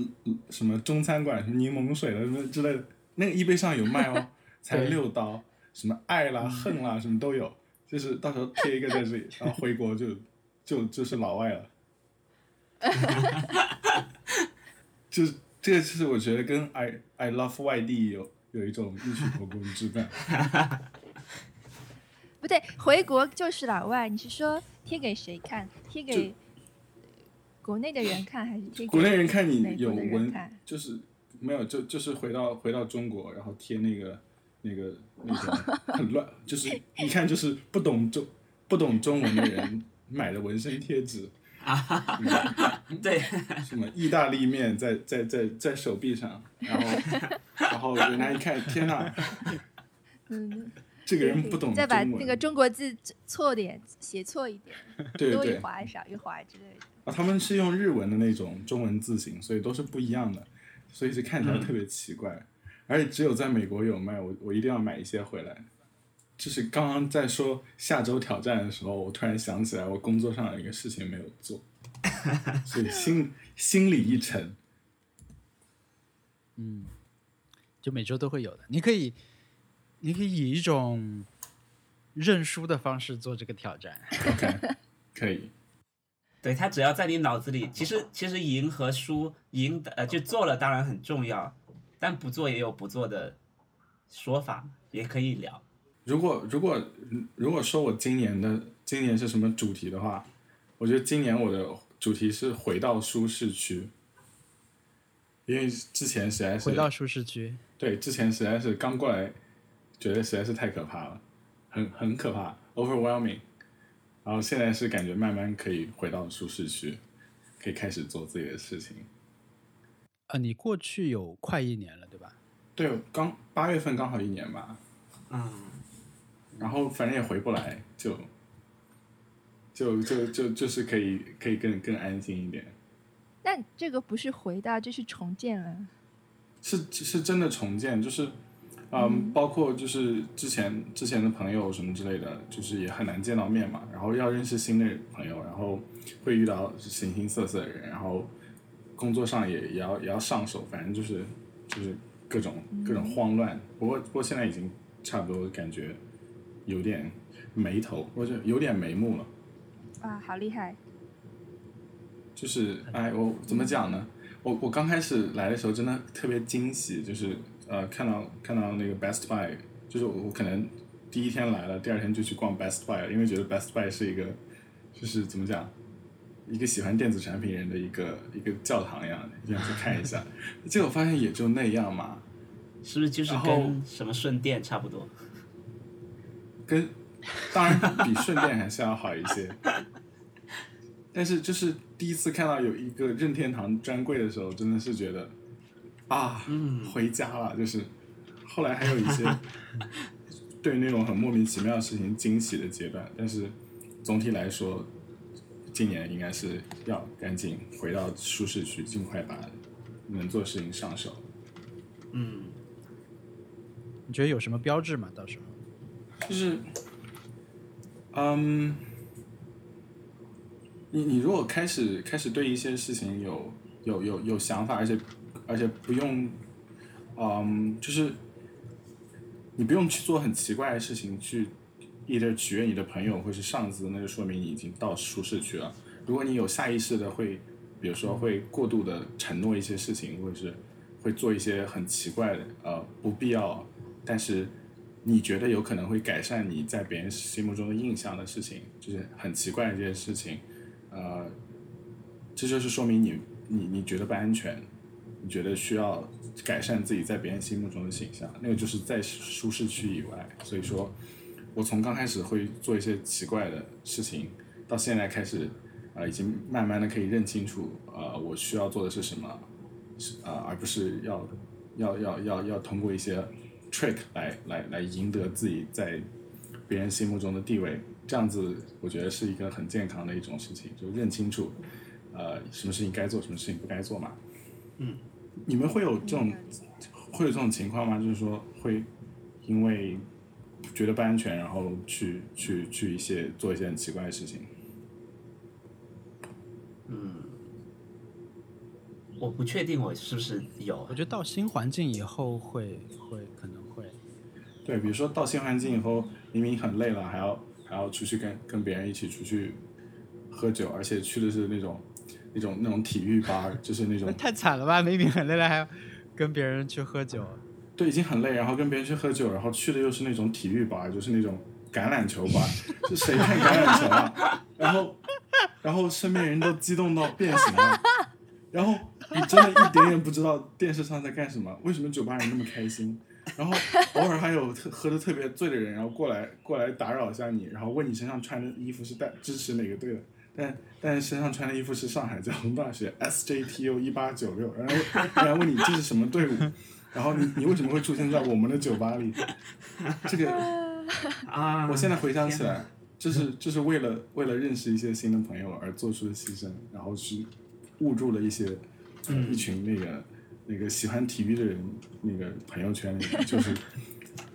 什么中餐馆什么柠檬水了什么之类的，那个 eBay 上有卖哦，才对六刀，什么爱啦、恨啦，什么都有，就是到时候贴一个在这里，然后回国就就就是老外了。 *laughs* 就是这个，就是我觉得跟 I I love 外地有有一种异曲同工之妙。不对，回国就是老外。你是说贴给谁看？贴给国内的人看，还是贴给国内人看你美有国的人文看？，就是没有，就就是回到回到中国，然后贴那个那个那个很乱，就是一看就是不懂中不懂中文的人买的纹身贴纸，对，什么意大利面在在在在手臂上，然后然后人家一看，天哪，嗯，这个人不懂再中把文，那个中国字错点写错一点，对多一对，划少一划之类的。啊，他们是用日文的那种中文字形，所以都是不一样的，所以是看起来特别奇怪。而且只有在美国有卖，我我一定要买一些回来。就是刚刚在说下周挑战的时候，我突然想起来我工作上有一个事情没有 *laughs* 做，所以心心里一沉。嗯，就每周都会有的。你可以，你可以以一种认输的方式做这个挑战。 OK，可以。对他只要在你脑子里，其实其实赢和输，赢的呃就做了当然很重要，但不做也有不做的说法，也可以聊。如果如果如果说我今年的今年是什么主题的话，我觉得今年我的主题是回到舒适区，因为之前实在是回到舒适区，对之前实在是刚过来，觉得实在是太可怕了，很很可怕，overwhelming。然后现在是感觉慢慢可以回到舒适区，可以开始做自己的事情。呃，你过去有快一年了，对吧？对，刚八月份刚好一年吧，嗯，然后反正也回不来，就就就就就是可以可以更更安心一点，但这个不是回到，这是重建了。是是真的重建，就是嗯，包括就是之前之前的朋友什么之类的，就是也很难见到面嘛，然后要认识新的朋友，然后会遇到形形色色的人，然后工作上也也要也要上手，反正就是就是各种各种慌乱。不过不过现在已经差不多，感觉有点眉头，或者有点眉目了。哇，啊好厉害！就是哎，我怎么讲呢？我我刚开始来的时候真的特别惊喜，就是呃，看到看到那个 Best Buy，就是我我可能第一天来了，第二天就去逛 Best Buy 了，因为觉得 Best Buy 是一个就是怎么讲，一个喜欢电子产品人的一个一个教堂一样，一样去看一下。 *laughs* 结果发现也就那样嘛，是不是就是然后跟什么顺电差不多？跟当然比顺便还是要好一些。但是就是第一次看到有一个任天堂专柜的时候，真的是觉得啊，嗯回家了。就是后来还有一些对那种很莫名其妙的事情惊喜的阶段，但是总体来说，今年应该是要赶紧回到舒适区，尽快把能做的事情上手。嗯，你觉得有什么标志吗？到时候就是，嗯，你你如果开始开始对一些事情有有有有想法，而且而且不用，嗯，就是你不用去做很奇怪的事情去，either 取悦你的朋友或是上司，那就说明你已经到舒适区了。如果你有下意识的会，比如说会过度的承诺一些事情，或者是会做一些很奇怪的呃不必要，但是你觉得有可能会改善你在别人心目中的印象的事情，就是很奇怪的这些事情，呃，这就是说明你你你觉得不安全，你觉得需要改善自己在别人心目中的形象，那个就是在舒适区以外。所以说，我从刚开始会做一些奇怪的事情，到现在开始，呃，已经慢慢的可以认清楚，呃，我需要做的是什么，是呃，而不是要要要要要通过一些 trick 来来来赢得自己在别人心目中的地位。这样子，我觉得是一个很健康的一种事情，就认清楚，呃，什么事情该做，什么事情不该做嘛。嗯，你们会有这种会有这种情况吗？就是说会因为觉得不安全，然后去去去一些做一些很奇怪的事情。我不确定我是不是有我觉得到新环境以后会会可能会，对，比如说到新环境以后，明明很累了，还要还要出去跟跟别人一起出去喝酒，而且去的是那种那种那种体育吧，就是那那种太惨了吧？明明很累了，还要跟别人去喝酒，对已经很累，然后跟别人去喝酒，然后去的又是那种体育吧，就是那种橄榄球吧， *laughs* 就谁看橄榄球啊？然后然后身边人都激动到变形了，然后你真的一点也不知道电视上在干什么，为什么酒吧人那么开心？然后偶尔还有特喝的特别醉的人，然后过来过来打扰一下你，然后问你身上穿的衣服是带支持哪个队的，但但是身上穿的衣服是上海交通大学 SJTU 一八九六，然后然后问你这是什么队伍，然后你你为什么会出现在我们的酒吧里？这个啊。我现在回想起天来，这是这是为了为了认识一些新的朋友而做出的牺牲，然后是误入了一些、呃嗯一群那个那个喜欢体育的人那个朋友圈里面，就是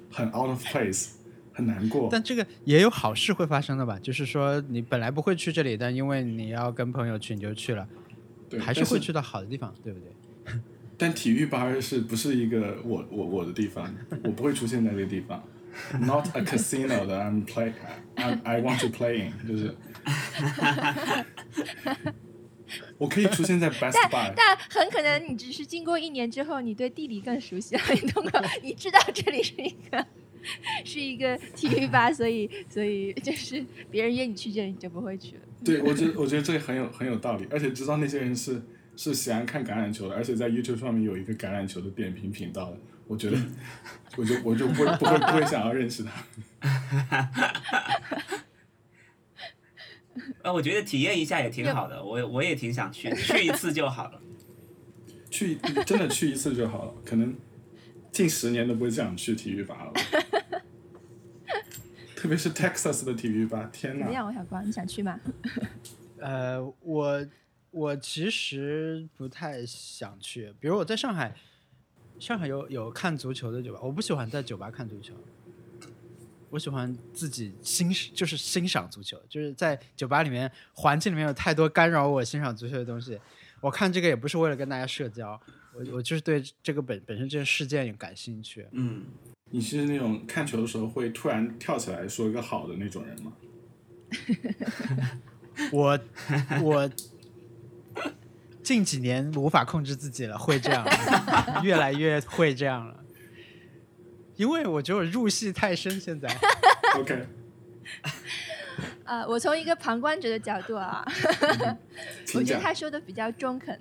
很 out of place，很难过。但这个也有好事会发生的吧？就是说你本来不会去这里，但因为你要跟朋友去，你就去了，对，还但是会去到好的地方，对不对？但体育班是不是一个我我我的地方？我不会出现在这个地方。Not a casino that I'm play I I want to play in，就是我可以出现在 Best Buy。但很可能你只是经过一年之后，你对地理更熟悉了，你通 *laughs* 过你知道这里是一个是一个体育吧，所以所以就是别人约你去这里，你就不会去了。对，我觉得我觉得这很有很有道理，而且知道那些人是是喜欢看橄榄球的，而且在 YouTube 上面有一个橄榄球的点评频道的，我觉得 *laughs* 我就我就不会不会不会想要认识他。呃，我觉得体验一下也挺好的，我我也挺想去，去一次就好了。去真的去一次就好了，可能近十年都不会想去体育吧了。特别是 Texas 的体育吧，天怎么哪！样，我小光，你想去吗？呃，我我其实不太想去，比如我在上海，上海有有看足球的酒吧，我不喜欢在酒吧看足球，我喜欢自己欣就是欣赏足球，就是在酒吧里面环境里面有太多干扰我欣赏足球的东西，我看这个也不是为了跟大家社交，我我就是对这个本本身这个事件也感兴趣，嗯，你是那种看球的时候会突然跳起来说一个好的那种 *laughs* 人吗？我我近几年无法控制自己了，会这样了，越来越会这样了。因为我觉得我入戏太深，现在 OK，啊，我从一个旁观者的角度啊，我请觉讲。得他说的比较中肯。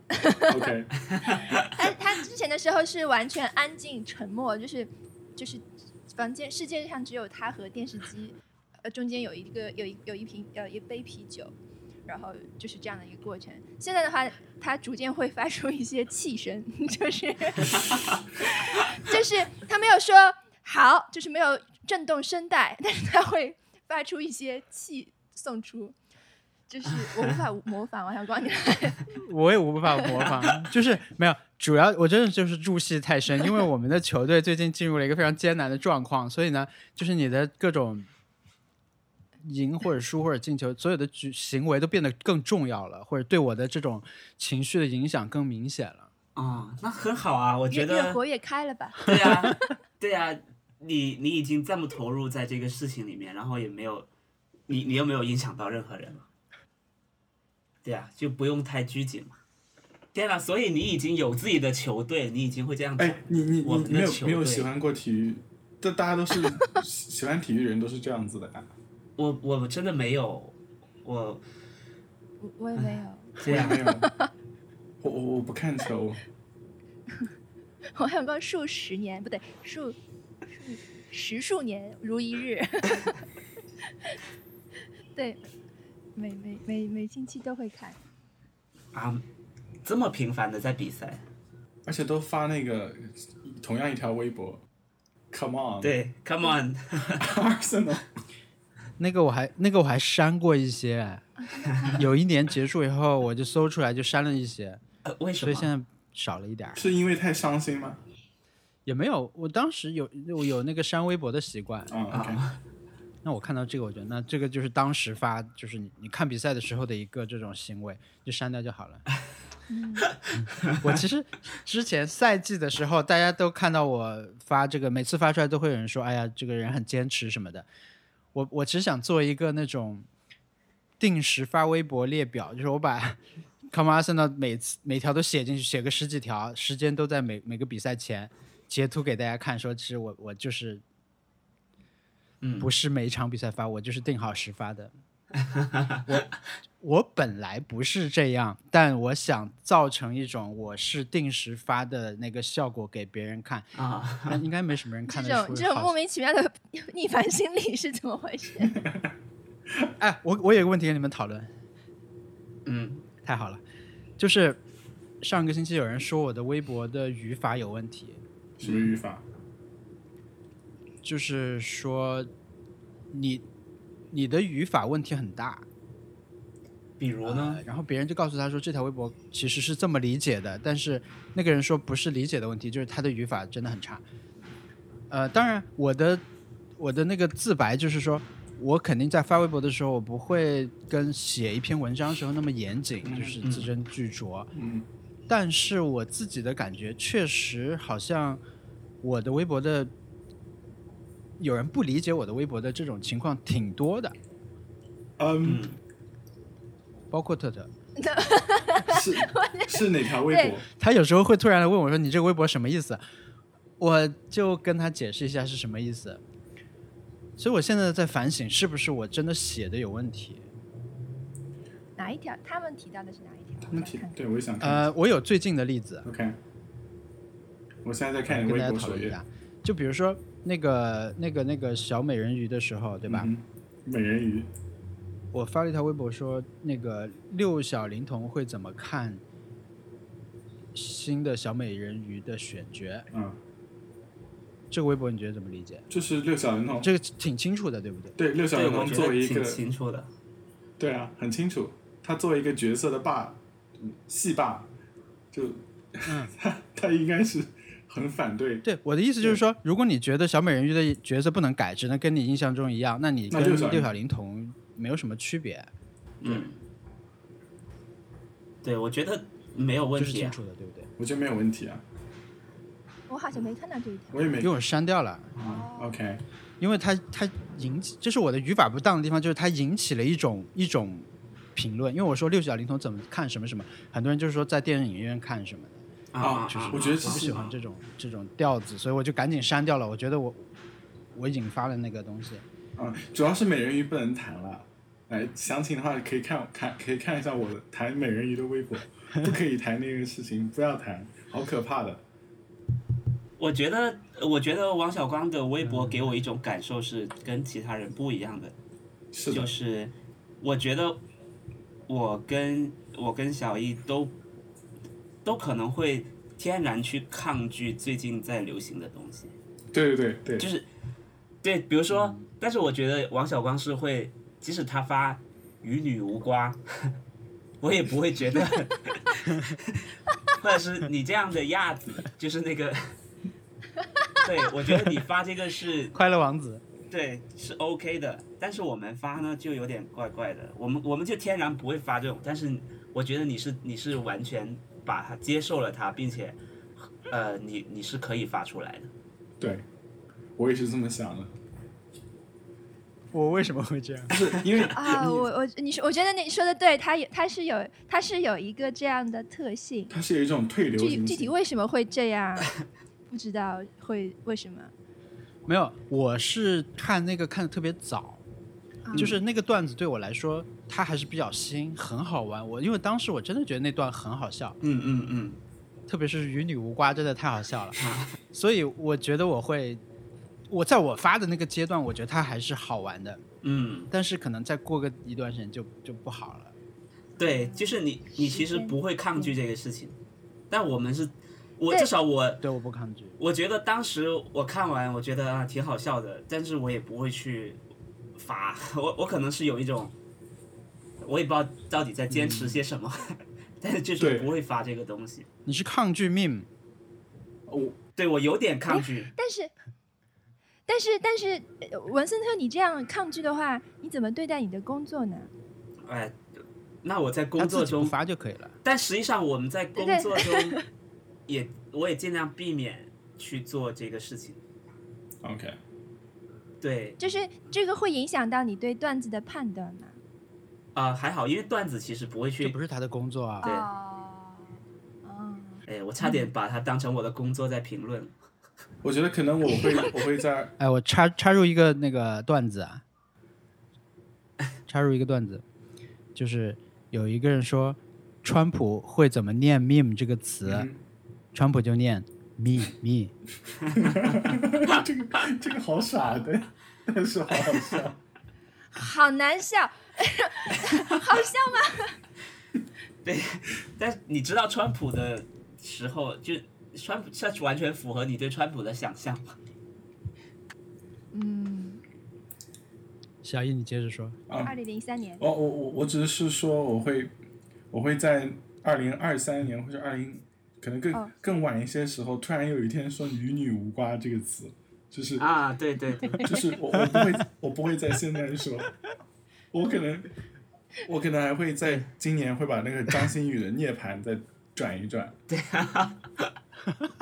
OK，他他之前的时候是完全安静沉默，就是就是房间世界上只有他和电视机，呃，中间有一个有一有一瓶呃一杯啤酒，然后就是这样的一个过程。现在的话，他逐渐会发出一些气声，就是 *laughs* 就是他没有说好，就是没有震动声带，但是他会发出一些气送出。就是我无法模仿王小光，你来我也无法模仿，就是没有。主要我真的就是入戏太深，因为我们的球队最近进入了一个非常艰难的状况，所以呢，就是你的各种赢或者输或者进球，所有的举行为都变得更重要了，或者对我的这种情绪的影响更明显了。哦，那很好啊，我越觉越得， *laughs* 活越开了吧？对啊，对啊，你你已经这么投入在这个事情里面，然后也没有，你你又没有影响到任何人嘛，对啊，就不用太拘谨嘛。天呐，所以你已经有自己的球队，你已经会这样子。哎，你你我你们的没有球没有队喜欢过体育？这大家都是喜喜欢体育人都是这样子的啊呀、我我真的没有，我我我也没有。对啊没，有，我我我不看球。 *laughs* 我想光数十年，不对，数数十数年如一日。 *laughs* 对，每每每每星期都会看。啊，这么频繁的在比赛，而且都发那个同样一条微博，Come on，对，Come on， *laughs* *laughs* ，Arsenal，那个我还那个我还删过一些，有一年结束以后我就搜出来就删了一些，呃为什所以么？现在少了一点儿。是因为太伤心吗？也没有，我当时有我有那个删微博的习惯。啊、o k 啊，那我看到这个，我觉得那这个就是当时发，就是你你看比赛的时候的一个这种行为，就删掉就好了。嗯，我其实之前赛季的时候，大家都看到我发这个，每次发出来都会有人说：“哎呀，这个人很坚持什么的。我”我只想做一个那种定时发微博列表，就是我把 *laughs* Come Arsenal 每次每条都写进去，写个十几条，时间都在每每个比赛前截图给大家看，说其实我我就是嗯，不是每一场比赛发，我就是定好时发的。我我本来不是这样，但我想造成一种我是定时发的那个效果给别人看，啊，但应该没什么人这看得种出。这种好莫名其妙的逆反心理是怎么回事？ *laughs* 哎，我我有一个问题跟你们讨论，嗯，太好了，就是上个星期有人说我的微博的语法有问题，什么语法？就是说你你的语法问题很大，比如呃啊呢？然后别人就告诉他说这条微博其实是这么理解的，但是那个人说不是理解的问题，就是他的语法真的很差。呃，当然我的我的那个自白就是说。我肯定在发微博的时候，我不会跟写一篇文章时候那么严谨，就是字斟句酌。嗯，但是我自己的感觉确实好像我的微博的有人不理解我的微博的这种情况挺多的，嗯，嗯，包括特特，是是哪条微博？他有时候会突然来问我说：“你这个微博什么意思？”我就跟他解释一下是什么意思。所以我现在在反省，是不是我真的写的有问题？哪一条？他们提到的是哪一条？他我们来挺看看对，我也想看。呃，我有最近的例子， OK，我现在在看跟你微大家博讨首论一页，下。就比如说那个、那个、那个小美人鱼的时候，对吧？嗯哼美人鱼，我发了一条微博说，那个六小龄童会怎么看新的小美人鱼的选角？嗯，这个微博你觉得怎么理解？就是六小龄童，这个挺清楚的，对不对？对六小对，龄我童觉作为得一挺个，清楚的。对啊，很清楚，他作为一个角色的霸，嗯戏霸，就，他 *laughs* 他应该是很反对，对，我的意思就是说，如果你觉得小美人鱼的角色不能改，只能跟你印象中一样，那你那跟六小龄六小龄童没有什么区别，嗯，对，我觉得没有问就是题清啊。楚的，对不对？我觉得没有问题啊，我好像没看到这一条。我也没因为我删掉了，嗯 OK，因为它它引起，这是我的语法不当的地方，就是它引起了一种一种评论，因为我说六小龄童怎么看什么什么，很多人就是说在电影院看什么的。啊啊啊就是啊我觉得这不啊喜欢啊这种这种调子，所以我就赶紧删掉了。我觉得我我引发了那个东西。嗯，主要是美人鱼不能谈了。哎，详情的话可以看看，可以看一下我的谈美人鱼的微 *laughs* 博，不可以谈那个事情，不要谈，好可怕的。我觉得，我觉得王小光的微嗯博给我一种感受是跟其他人不一样的，是的就，是我觉得我跟我跟小易都都可能会天然去抗拒最近在流行的东西，对对对对，就是对，比如说，但是我觉得王小光是会，即使他发与女无瓜， *laughs* 我也不会觉得， *laughs* 或者是你这样的亚子，就是那个。对，我觉得你发这个是快乐王子，对，是 OK 的，但是我们发呢就有点怪怪的，我们我们就天然不会发这种，但是我觉得你是你是完全把它接受了它，并且，呃，你你是可以发出来的，对，我也是这么想的。我为什么会这样？不是因为啊，你我我你说，我觉得你说的对，它有它是有它是有一个这样的特性，它是有一种退流具行具体性，为什么会这样，不知道会为什么。没有，我是看那个看的特别早，啊就是那个段子对我来说，它还是比较新，很好玩。我因为当时我真的觉得那段很好笑，嗯嗯嗯，特别是与女无瓜，真的太好笑了。所以我觉得我会，我在我发的那个阶段，我觉得它还是好玩的，嗯，但是可能再过个一段时间就就不好了。对，就是你你其实不会抗拒这个事情，但我们是，我嗯对至少我对，我不抗拒。我觉得当时我看完，我觉得啊挺好笑的，但是我也不会去发，我我可能是有一种，我也不知道到底在嗯坚持些什么， *laughs* 但是就是对我不会发这个东西。你是抗拒 meme，我对我有点抗拒，但是，但是，但是，呃文森特，你这样抗拒的话，你怎么对待你的工作呢？哎，那我在他工自作己不中，发就可以了。但实际上我们在工对 *laughs* 作中也我也尽量避免去做这个事情。 OK，对就是这个会影响到你对段子的判断吗？啊、还好，因为段子其实不会这去不是他的工作啊。对哦，哦，哎，我差点把它当成我的工作在评论。我觉得可能我会我会 *laughs* 在哎，我插插入一个那个段子啊，插入一个段子，就是有一个人说，川普会怎么念 “meme” 这个词，嗯川普就念 “me me”。这个这个好傻的，但是好好笑。好难笑， *laughs* 好笑吗？但是你知道川普的时候，就川普这完全符合你对川普的想象吗？嗯， *laughs* 小易，你接着说。嗯二零零三年，我我我我只是说我会我会在二零二三年或者二零可能更、哦更晚一些时候，突然有一天说“与女无瓜”这个词，就是啊，对对对，就是我我不会我不会在现在说，我可能我可能还会在今年会把那个张馨予的《涅槃》再转一转，对啊，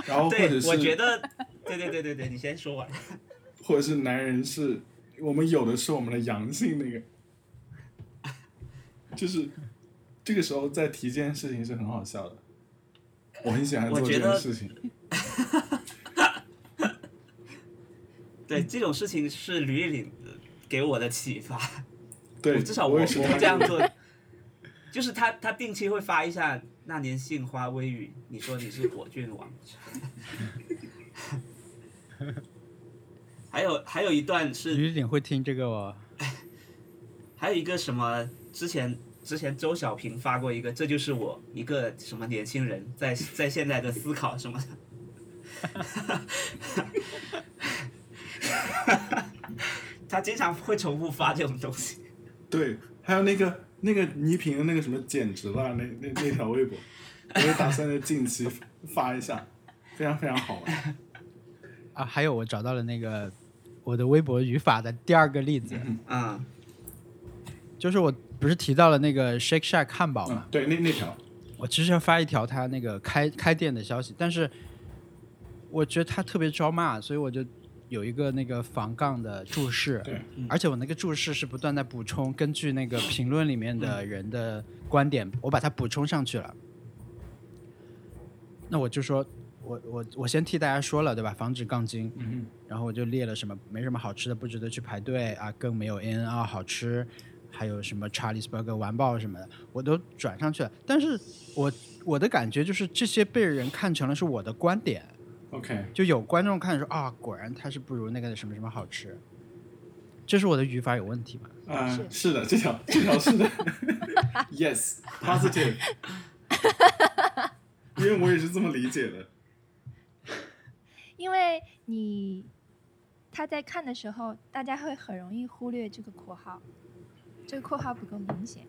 然后或者对，是我觉得，对对对对对，你先说完。或者是男人是，我们有的是我们的阳性那 *laughs* 个，就是这个时候再提这件事情是很好笑的，我很喜欢做我这觉件得事情。对，这种事情是吕丽颖给我的启发，对，至少我我也是我他会这样做。就是他他定期会发一下那年杏花微雨，你说你是火炬王。 *laughs* 还有还有一段是吕景会听这个哦，还有一个什么，之前之前周小平发过一个，这就是我一个什么年轻人在 *laughs* 在现在的思考什么 *laughs* 的。他经常会重复发这种东西，对，还有那个那个倪萍的那个什么简直了，那那那条微博，我也打算在近期发一下，非常非常好玩。啊，还有我找到了那个我的微博语法的第二个例子，嗯，就是我不是提到了那个 Shake Shack 汉堡嗯嘛，，对，那那条我其实要发一条他那个开开店的消息，但是我觉得他特别招骂，所以我就有一个那个防杠的注释对，嗯而且我那个注释是不断在补充，根据那个评论里面嗯的人的观点，我把它补充上去了。那我就说，我我我先替大家说了，对吧？防止杠精，嗯然后我就列了什么没什么好吃的，不值得去排队啊，更没有 A N R 好吃，还有什么 Charlie's Burger 完爆什么的，我都转上去了。但是我我的感觉就是这些被人看成了是我的观点， ，OK，就有观众看说啊，果然它是不如那个什么什么好吃，这是我的语法有问题吗？啊、是是的，这条这条是的 *laughs* ，Yes *laughs* positive，因为我也是这么理解的，因为你他在看的时候，大家会很容易忽略这个括号，这个括号不够明显。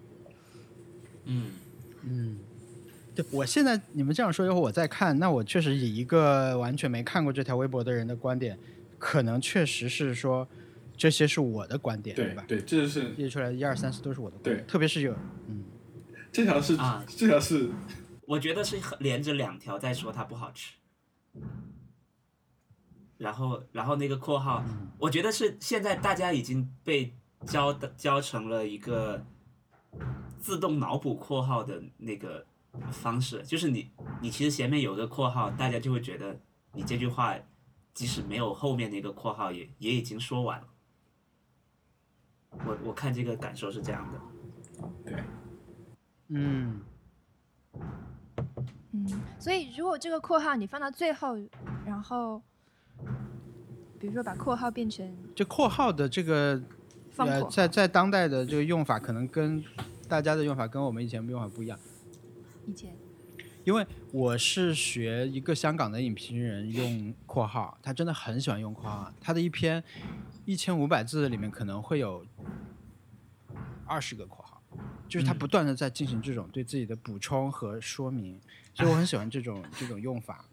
嗯，嗯，对我现在你们这样说以后，我再看，那我确实以一个完全没看过这条微博的人的观点，可能确实是说这些是我的观点，对吧？对，这就是列出来的一二三四都是我的观点，对特别是有嗯，这条是、啊这条是我觉得是连着两条在说它不好吃，然后然后那个括号，我觉得是现在大家已经被教的教成了一个自动脑补括号的那个方式，就是你你其实前面有个括号，大家就会觉得你这句话即使没有后面那个括号也也已经说完了。我我看这个感受是这样的，对，嗯，嗯，所以如果这个括号你放到最后，然后比如说把括号变成这括号的这个方呃，括，在在当代的这个用法，可能跟大家的用法跟我们以前用法不一样。以前因为我是学一个香港的影评人用括号，他真的很喜欢用括号。他的一篇一千五百字里面可能会有二十个括号，就是他不断的在进行这种对自己的补充和说明，所以我很喜欢这哎种这种用法。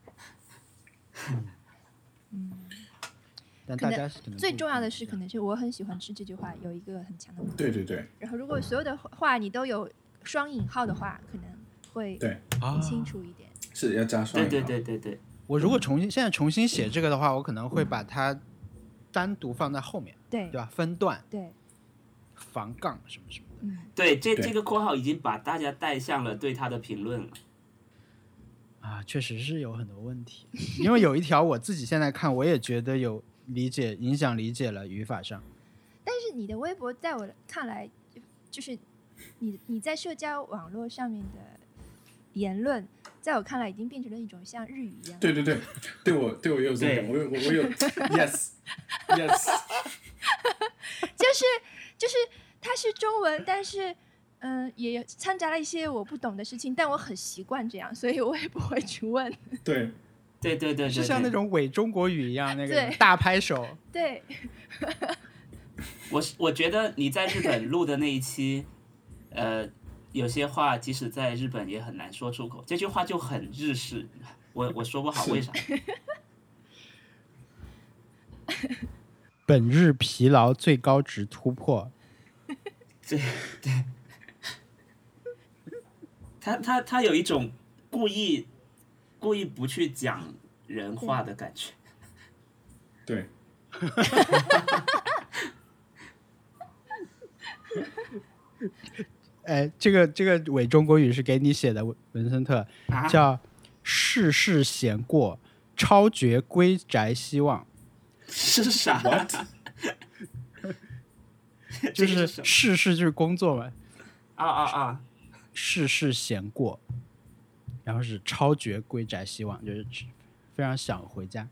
但大家可能最不重要的是，可能是我很喜欢吃这句话，有一个很强的。嗯对对对然后如果所有的话你都有双引号的话，可能会对，啊更清楚一点。是要加双对引号对对对对，我如果重新现在重新写这个的话，我可能会把它单独放在后面，对对啊吧？分段、对，防杠什么什么的。嗯，对，这对这个括号已经把大家带向了对他的评论了。啊，确实是有很多问题， *laughs* 因为有一条我自己现在看，我也觉得有理解影响理解了语法 *laughs* 上。但是你的微博在我看来，就是你你在社交网络上面的言论，在我看来已经变成了一种像日语一样。对对对，对我对我也有这种感觉，我有我我有 yes yes，就是就是它是中文，但是嗯、也掺杂了一些我不懂的事情，但我很习惯这样，所以我也不会去问。对对对对对，是像那对，种伪中国语一样，那个对大拍手，对，我是我觉得你在日本录的那一期， *laughs* 呃，有些话即使在日本也很难说出口，这句话就很日式，我我说不好是为啥。 *laughs* 本日疲劳最高值突破。对对，他他他有一种故故意故意不去讲人话的感觉。对，哎，这个这个伪中国语是给你写的，文文森特啊 *laughs* 叫“世事闲过，超绝归宅希 *laughs* 望是啥 What？ *laughs* 这”，就个是什么世事就是工作嘛，啊啊啊！世事闲过，然后是超绝归宅希望，就是指非常想回家。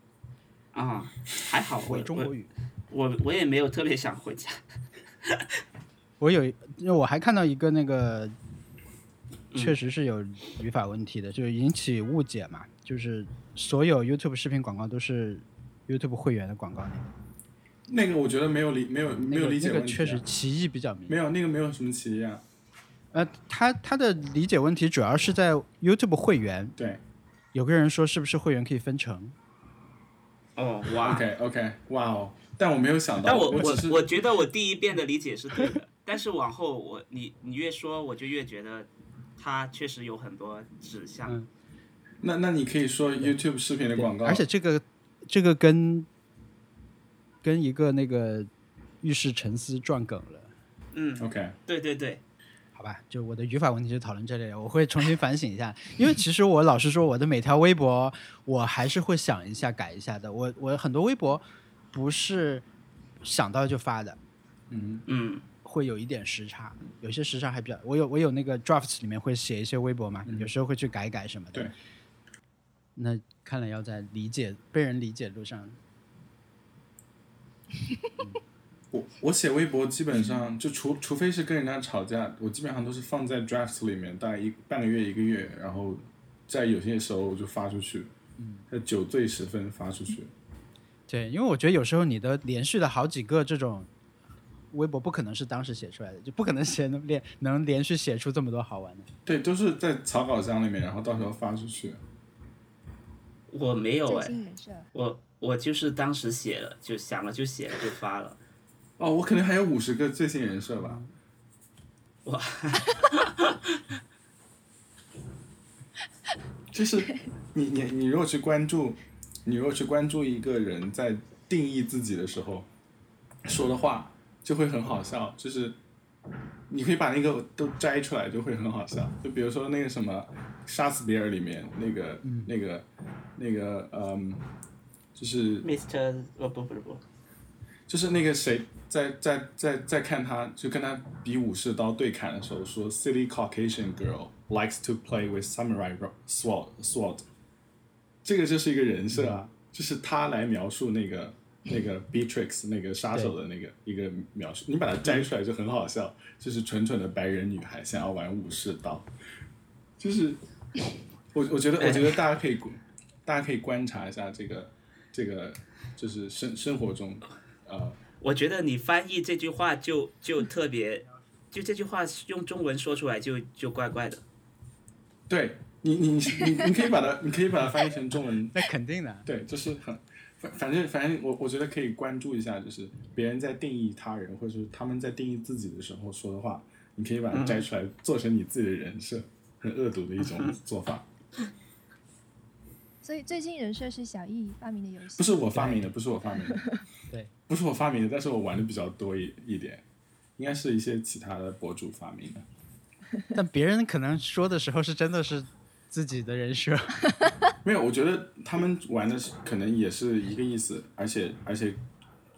嗯啊、还好我伪中国我语，我我也没有特别想回家。我有，因为我还看到一个那个，嗯确实是有语法问题的，就是引起误解嘛，就是所有 YouTube 视频广告都是 YouTube 会员的广告，那个我觉得没有理没有没那有个理解那问个题啊、确实歧义比较明显没。有那个没有什么歧义啊。呃，他他的理解问题主要是在 YouTube 会员，对有个人说是不是会员可以分成？哦哇，OK OK，哇哦！但我没有想到，但我我我只是我觉得我第一遍的理解是对的，但是往后我你你越说，我就越觉得它确实有很多指向。嗯那那你可以说 YouTube 视频的广告，而且这个这个跟跟一个那个浴室沉思撞梗了，嗯， OK，对对对，好吧？就我的语法问题就讨论这里了，我会重新反省 *laughs* 一下。因为其实我老实说，我的每条微博我还是会想一下改一下的。我我很多微博不是想到就发的，嗯，嗯会有一点时差，有些时差还比较，我有我有那个 drafts 里面会写一些微博嘛，有时候会去改一改什么嗯的。对。那看来要在理解被人理解路上，我我写微博基本上就除除非是跟人家吵架，我基本上都是放在 drafts 里面，大概一半个月一个月，然后在有些时候我就发出去，在酒醉时分发出去。对，因为我觉得有时候你的连续的好几个这种微博不可能是当时写出来的，就不可能写能连能连续写出这么多好玩的。对，都是在草稿箱里面，然后到时候发出去。我没有真哎、心人设。我我就是当时写了，就想了就写了就发了。哦，我可能还有五十个最新人设吧。哇！ *laughs* 就是你你你如果去关注，你如果去关注一个人在定义自己的时候说的话，就会很好笑。就是你可以把那个都摘出来，就会很好笑。就比如说那个什么《杀死比尔》里面那个、那个那个嗯，就是。 Mr. 呃不不不不，就是那个谁在在在在看他，就跟他比武士刀对砍的时候说，Silly Caucasian girl likes to play with samurai ro- sword sword，这个就是一个人设啊，就是他来描述那个那个 Beatrix 那个杀手的那个一个描述，你把它摘出来就很好笑，就是蠢蠢的白人女孩想要玩武士刀，就是我我觉得我觉得大家可以观大家可以观察一下这个这个就是生生活中。呃，我觉得你翻译这句话就就特别，就这句话用中文说出来就就怪怪的。对你，你你你你可以把它，你可以把它翻译成中文。那肯定的，对，就是很反反正反正我我觉得可以关注一下，就是别人在定义他人，或者是他们在定义自己的时候说的话，你可以把它摘出来，做成你自己的人设，很恶毒的一种做法。所以最新人设是小易发明的游戏，不是我发明的，不是我发明的，对，不是我发明的，但是我玩的比较多一一点，应该是一些其他的博主发明的。但别人可能说的时候是真的是自己的人设。没有，我觉得他们玩的是可能也是一个意思，而且而且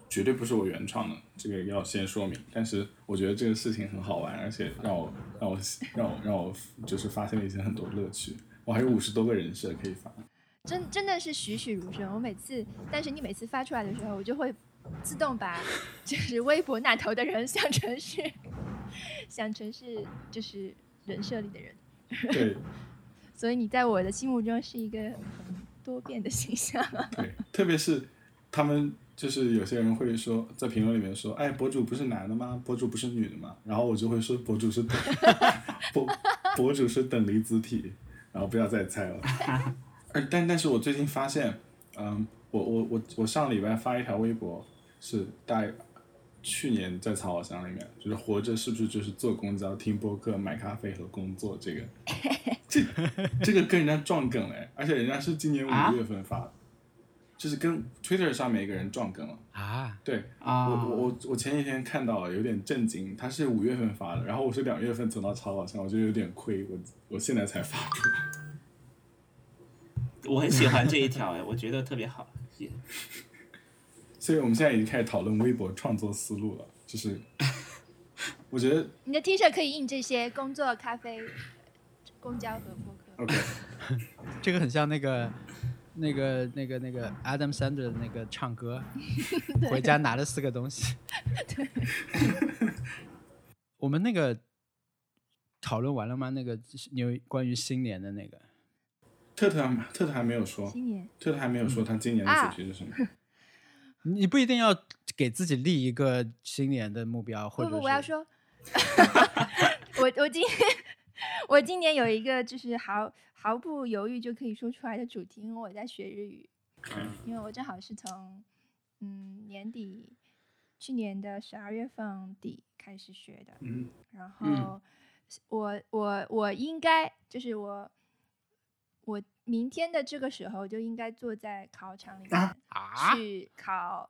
绝对不是我原创的，这个要先说明。但是我觉得这个事情很好玩，而且让我让我让我让我就是发现了一些很多乐趣。我还有五十多个人设可以发，真真的是栩栩如生。我每次，但是你每次发出来的时候，我就会自动把就是微博那头的人 *laughs* 想成是想成是就是人设里的人，对所以你在我的心目中是一个很多变的形象。 *laughs* 对，特别是他们就是有些人会说在评论里面说，哎，博主不是男的吗？博主不是女的吗？然后我就会说博主是等博博主是等离子体，然后不要再猜 *laughs* 了。而哎但但是我最近发现，嗯，我我我我上礼拜发一条微博，是大概去年在草稿箱里面，就是活着是不是就是坐公交、听播客、买咖啡和工作这个这这个跟人家撞梗哎，而且人家是今年啊五月份发的，就是跟 Twitter 上面一个人撞梗了。啊，对啊，我我我我前几天看到了，有点震惊，他是五月份发的，然后我是两月份存到淘宝上，我觉得有点亏，我我现在才发出来。我很喜欢这一条哎，我觉得特别好。也所以我们现在已经开始讨论微博创作思路了，就是我觉得你的 T 恤可以印这些：工作、咖啡、公交和播客。 OK，这个很像那个那个那个那个 Adam Sandler 的那个唱歌，回家拿了四个东西。我们那个讨论完了吗？那个有关于新年的那个，特特还特特还没有说，新年特特还没有说他今年的主题是什么。你不一定要给自己立一个新年的目标，或不者不，是我要说， *laughs* 我我今我今年有一个就是毫毫不犹豫就可以说出来的主题，因为我在学日语，嗯因为我正好是从嗯年底去年的十二月份底开始学的，嗯然后嗯我我我应该就是我我明天的这个时候就应该坐在考场里面、啊，去考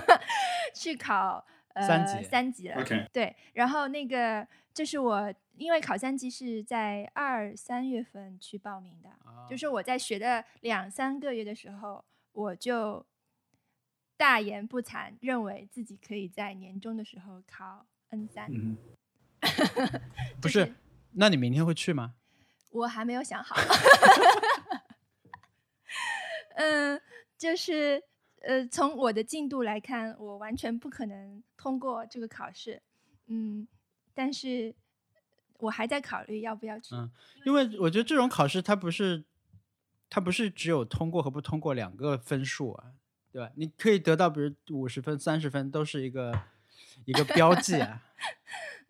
*laughs* 去考呃三级三级了。 OK，对，然后那个这是我因为考三级是在二三月份去报名的，啊就是我在学的两三个月的时候，我就大言不惭认为自己可以在年终的时候考 N 三、嗯，不？就是那你明天会去吗？我还没有想好。 *laughs* 嗯，就是呃，从我的进度来看，我完全不可能通过这个考试。嗯，但是我还在考虑要不要去。嗯因为我觉得这种考试它不是，它不是只有通过和不通过两个分数啊，对吧？你可以得到比如五十分、三十分，都是一个一个标记 *laughs* 啊。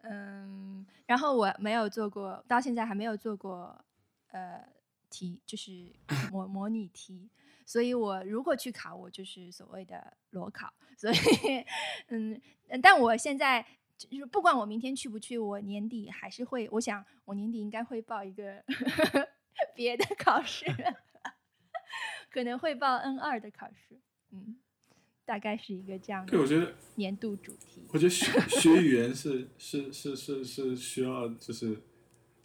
嗯，然后我没有做过，到现在还没有做过呃题，就是 *coughs* 模模拟题。所以我如果去考，我就是所谓的裸考。所以，嗯，呃但我现在就是不管我明天去不去，我年底还是会，我想我年底应该会报一个 *laughs* 别的考试， *laughs* 可能会报 N 二的考试。嗯，大概是一个这样对，我的觉得年度主题。我觉得学学语言是 *laughs* 是是是是需要就是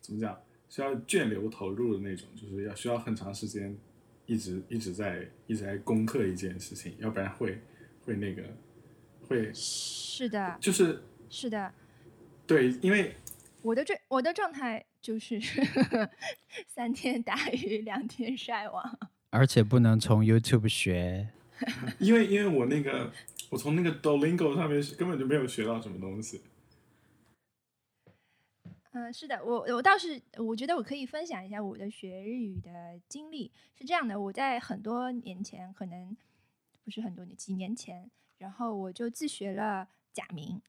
怎么讲，需要卷流投入的那种，就是要需要很长时间一直一直在一直在攻克一件事情，要不然会会那个会是的，就是是的。对，因为 *laughs* 我的这我的状态就是 *laughs* 三天打鱼两天晒网。而且不能从 YouTube 学，因为因为我那个我从那个 Duolingo 上面是根本就没有学到什么东西，嗯，是的，我我倒是我觉得我可以分享一下我的学日语的经历。是这样的，我在很多年前，可能不是很多年，几年前，然后我就自学了假名。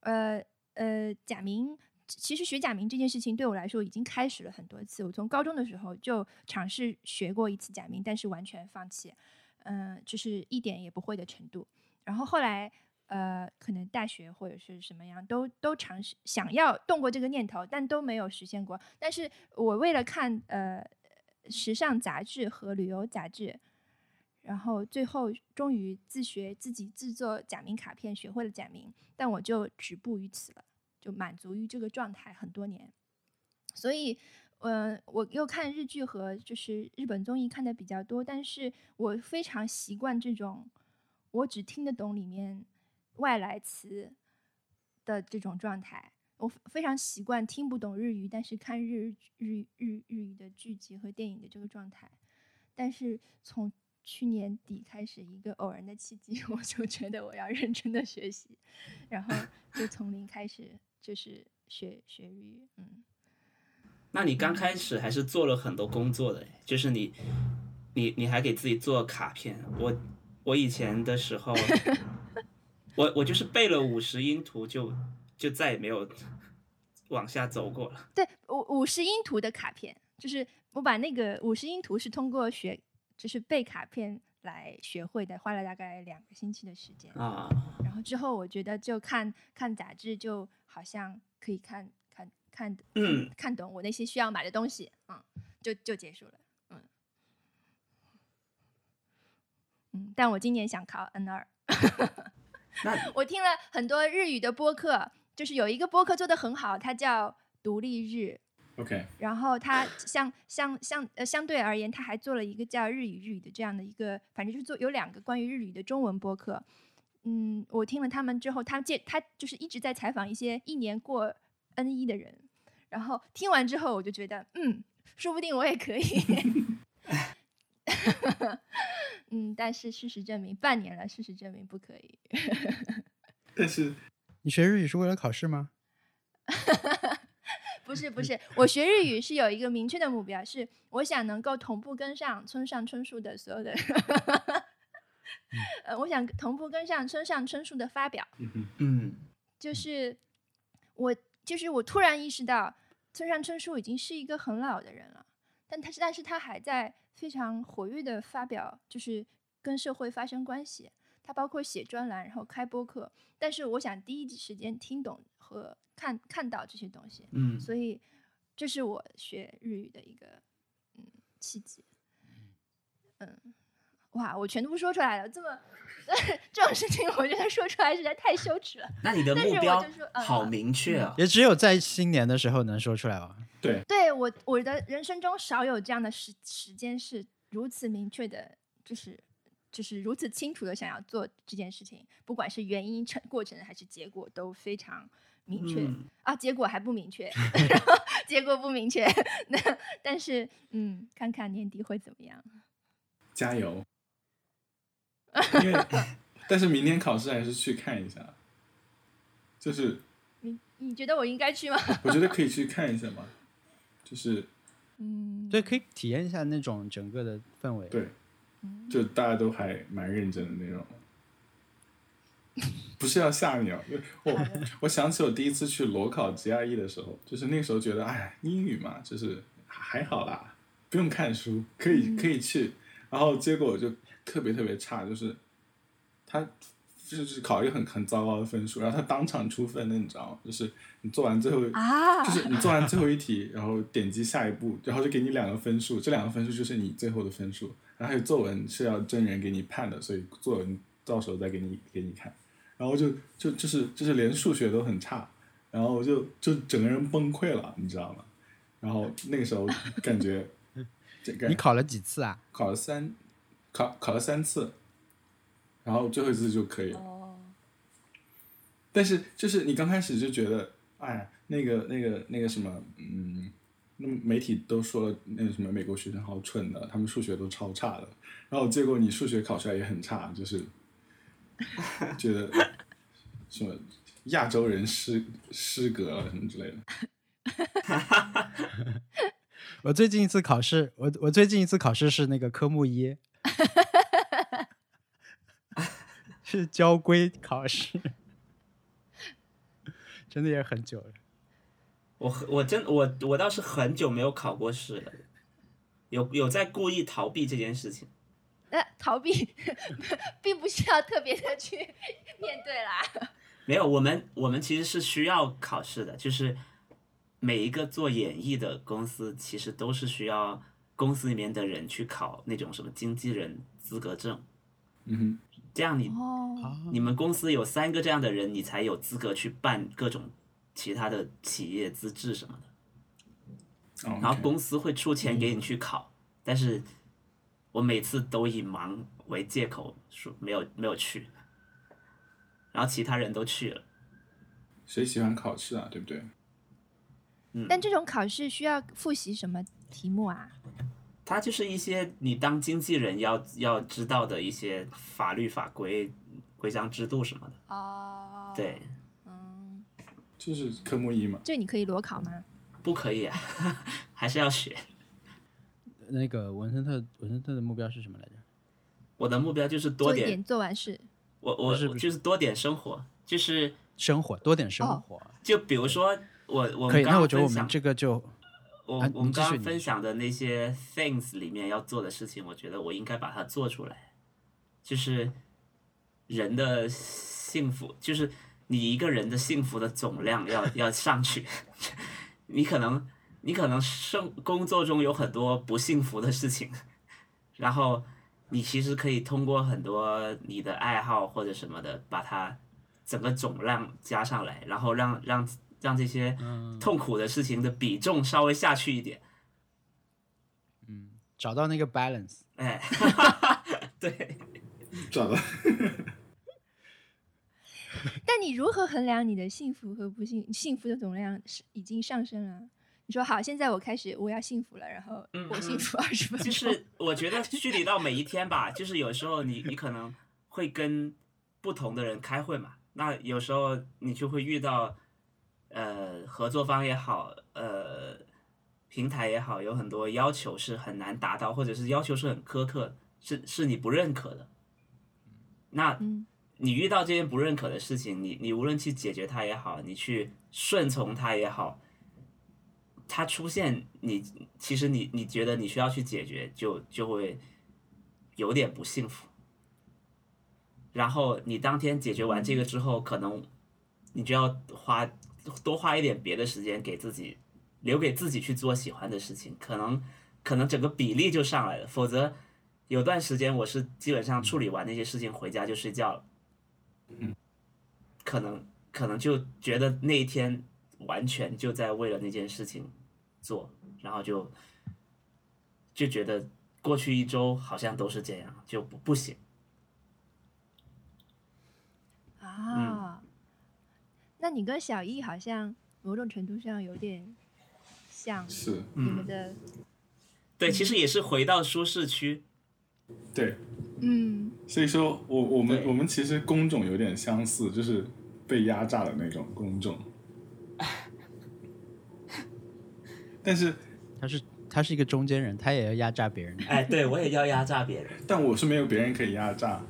呃呃，假名其实学假名这件事情对我来说已经开始了很多次。我从高中的时候就尝试学过一次假名，但是完全放弃，嗯、就是一点也不会的程度。然后后来呃，可能大学或者是什么样，都都尝试想要动过这个念头，但都没有实现过。但是我为了看呃时尚杂志和旅游杂志，然后最后终于自学自己制作假名卡片，学会了假名，但我就止步于此了，就满足于这个状态很多年。所以，嗯、我又看日剧和就是日本综艺看的比较多，但是我非常习惯这种我只听得懂里面外来词的这种状态。我非常习惯听不懂日语，但是看日日日日语的剧集和电影的这个状态。但是从去年底开始，一个偶然的契机， *laughs* 我就觉得我要认真的学习，然后就从零开始，就是学学日语。嗯，那你刚开始还是做了很多工作的诶，就是你，你你还给自己做卡片。我我以前的时 *laughs* 候，我我就是背了五十音图就就再也没有往下走过了。对，五五十音图的卡片，就是我把那个五十音图是通过学，就是背卡片来学会的，花了大概两个星期的时间。啊，然后之后我觉得就看看杂志，就好像可以看看看嗯，看懂我那些需要买的东西，嗯，就就结束了，嗯嗯。但我今年想考 N 二，那 *laughs* 我听了很多日语的播客，就是有一个播客做的很好，它叫独立日， OK，然后他像像像呃相对而言，他还做了一个叫日语日语的这样的一个，反正就是做有两个关于日语的中文播客。嗯，我听了他们之后，他介他就是一直在采访一些一年过 N 一的人，然后听完之后我就觉得，嗯，说不定我也可以。 *laughs* 嗯，但是事实证明，半年了，事实证明不可以。但是你学日语是为了考试吗？不是不是，我学日语是有一个明确的目标，是我想能够同步跟上村上春树的所有的， *laughs* 呃，我想同步跟上村上春树的发表。嗯哼嗯就是我，就是我突然意识到，村上春树已经是一个很老的人了，但他是，但是他还在非常活跃的发表，就是跟社会发生关系。他包括写专栏，然后开播客。但是我想第一时间听懂和看看到这些东西，嗯，所以这是我学日语的一个嗯契机。嗯，哇，我全都不说出来了，这么 *laughs* 这种事情，我觉得说出来实在太羞耻了。那你的但是目我标就说呃好明确啊，也只有在新年的时候能说出来哦吧。对，对我，我的人生中少有这样的时时间是如此明确的，就是就是如此清楚的想要做这件事情，不管是原因、成过程还是结果，都非常明确、嗯啊。结果还不明确，然后结果不明确，那但是嗯，看看年底会怎么样。加油，因为 *laughs* 但是明天考试还是去看一下，就是你你觉得我应该去吗？我觉得可以去看一下嘛，就是 *laughs* 嗯，对，可以体验一下那种整个的氛围。对，嗯，就大家都还蛮认真的那种。 *laughs* 不是要吓你哦， *laughs* 我我想起我第一次去裸考 GRE 的时候，就是那时候觉得，哎，英语嘛，就是还好啦，不用看书，可以可以去。然后结果就特别特别差，就是他就是考一个很很糟糕的分数，然后他当场出分的，你知道吗？就是你做完最后 *laughs* 啊，就是你做完最后一题，然后点击下一步，然后就给你两个分数，这两个分数就是你最后的分数。然后还有作文是要真人给你判的，所以作文到时候再给你给你看。然后就就就是就是连数学都很差，然后我就就整个人崩溃了，你知道吗？然后那个时候感觉这个你考了几次啊？考了三考考了三次，然后最后一次就可以了。哦，但是就是你刚开始就觉得，哎，那个那个那个什么，嗯，那么媒体都说了那个什么美国学生好蠢的，他们数学都超差的，然后结果你数学考出来也很差，就是觉得什么亚洲人失失格了什么之类的。我最近一次考试，我我最近一次考试是那个科目 *laughs* 一，是交规考试，真的也很久了。我很我真我我倒是很久没有考过试了，有有在故意逃避这件事情。那、逃避 *laughs* 并不需要特别的去面对啦。没有，我们我们其实是需要考试的，就是每一个做演艺的公司其实都是需要公司里面的人去考那种什么经纪人资格证，嗯哼，这样你哦，你们公司有三个这样的人，你才有资格去办各种其他的企业资质什么的。哦然后 OK 公司会出钱给你去考，但是我每次都以忙为借口说没有没有去，然后其他人都去了。谁喜欢考试啊？对不对？嗯，但这种考试需要复习什么题目啊？它就是一些你当经纪人要要知道的一些法律法规、规章制度什么的。哦，对，，嗯，就是科目一嘛。这你可以裸考吗？不可以啊， *laughs* 还是要学。那个文森特，文森特的目标是什么来着？我的目标就是多做点，点做完事。我我不是我不是就是多点生活，就是生活，多点生哦活。就比如说我我可们以，那刚刚我觉得分我们享这个就我啊你我们继续刚刚你分继享的那些 things 里面要做的事情，我觉得我应该把它做出来。就是人的幸福，就是你一个人的幸福的总量要要上去，你可能你可能生工作中有很多不幸福的事情，然后你其实可以通过很多你的爱好或者什么的，把它整个总量加上来，然后让让让这些痛苦的事情的比重稍微下去一点，嗯找到那个 balance。哎， *laughs* 对，找到但你如何衡量你的幸福和不幸？幸福的总量是已经上升了。你说好，现在我开始我要幸福了，然后嗯我幸嗯福二十分钟，就是我觉得具体到每一天吧，就是有时候你你可能会跟不同的人开会嘛，那有时候你就会遇到，呃，合作方也好，呃，平台也好，有很多要求是很难达到，或者是要求是很苛刻，是是你不认可的。那嗯你遇到这些不认可的事情，你你无论去解决它也好，你去顺从它也好，它出现你其实你你觉得你需要去解决，就就会有点不幸福。然后你当天解决完这个之后，可能你就要花多花一点别的时间给自己，留给自己去做喜欢的事情，可能可能整个比例就上来了。否则有段时间我是基本上处理完那些事情回家就睡觉了，可能可能就觉得那一天完全就在为了那件事情做，然后就就觉得过去一周好像都是这样，就不不行。啊、嗯那你跟小易好像某种程度上有点像，是，嗯你们的对，其实也是回到舒适区。对，嗯所以说我我们对我们其实工种有点相似，就是被压榨的那种工种， *laughs* 但是他是他是一个中间人，他也要压榨别人。哎，对我也要压榨别人，但我是没有别人可以压榨，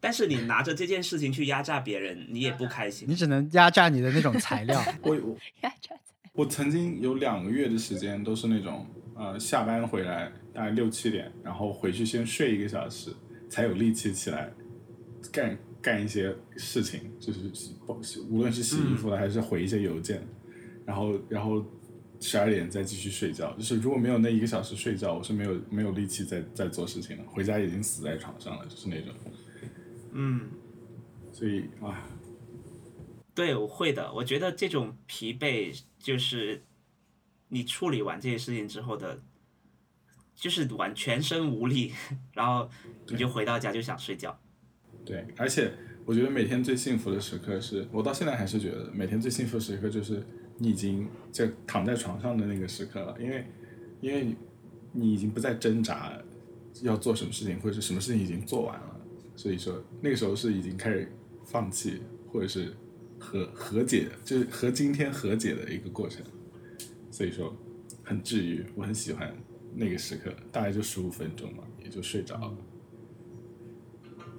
但是你拿着这件事情去压榨别人，你也不开心你。只能压榨你的那种材料，我我压榨仔我曾经有两个月的时间都是那种，呃，下班回来大概六七点，然后回去先睡一个小时，才有力气起来干干一些事情，就是洗不洗无论是洗衣服了还是回一些邮件，然后然后十二点再继续睡觉。就是如果没有那一个小时睡觉，我是没有没有力气再再做事情了，回家已经死在床上了，就是那种。嗯，所以啊，对，我会的。我觉得这种疲惫就是你处理完这些事情之后的，就是完全身无力， *laughs* 然后你就回到家就想睡觉。对，而且我觉得每天最幸福的时刻是，我到现在还是觉得每天最幸福的时刻就是你已经就躺在床上的那个时刻了，因为因为你你已经不再挣扎要做什么事情，或者是什么事情已经做完了，所以说那个时候是已经开始放弃或者是和和解，就是和今天和解的一个过程，所以说很治愈，我很喜欢那个时刻，大概就十五分钟嘛，也就睡着了。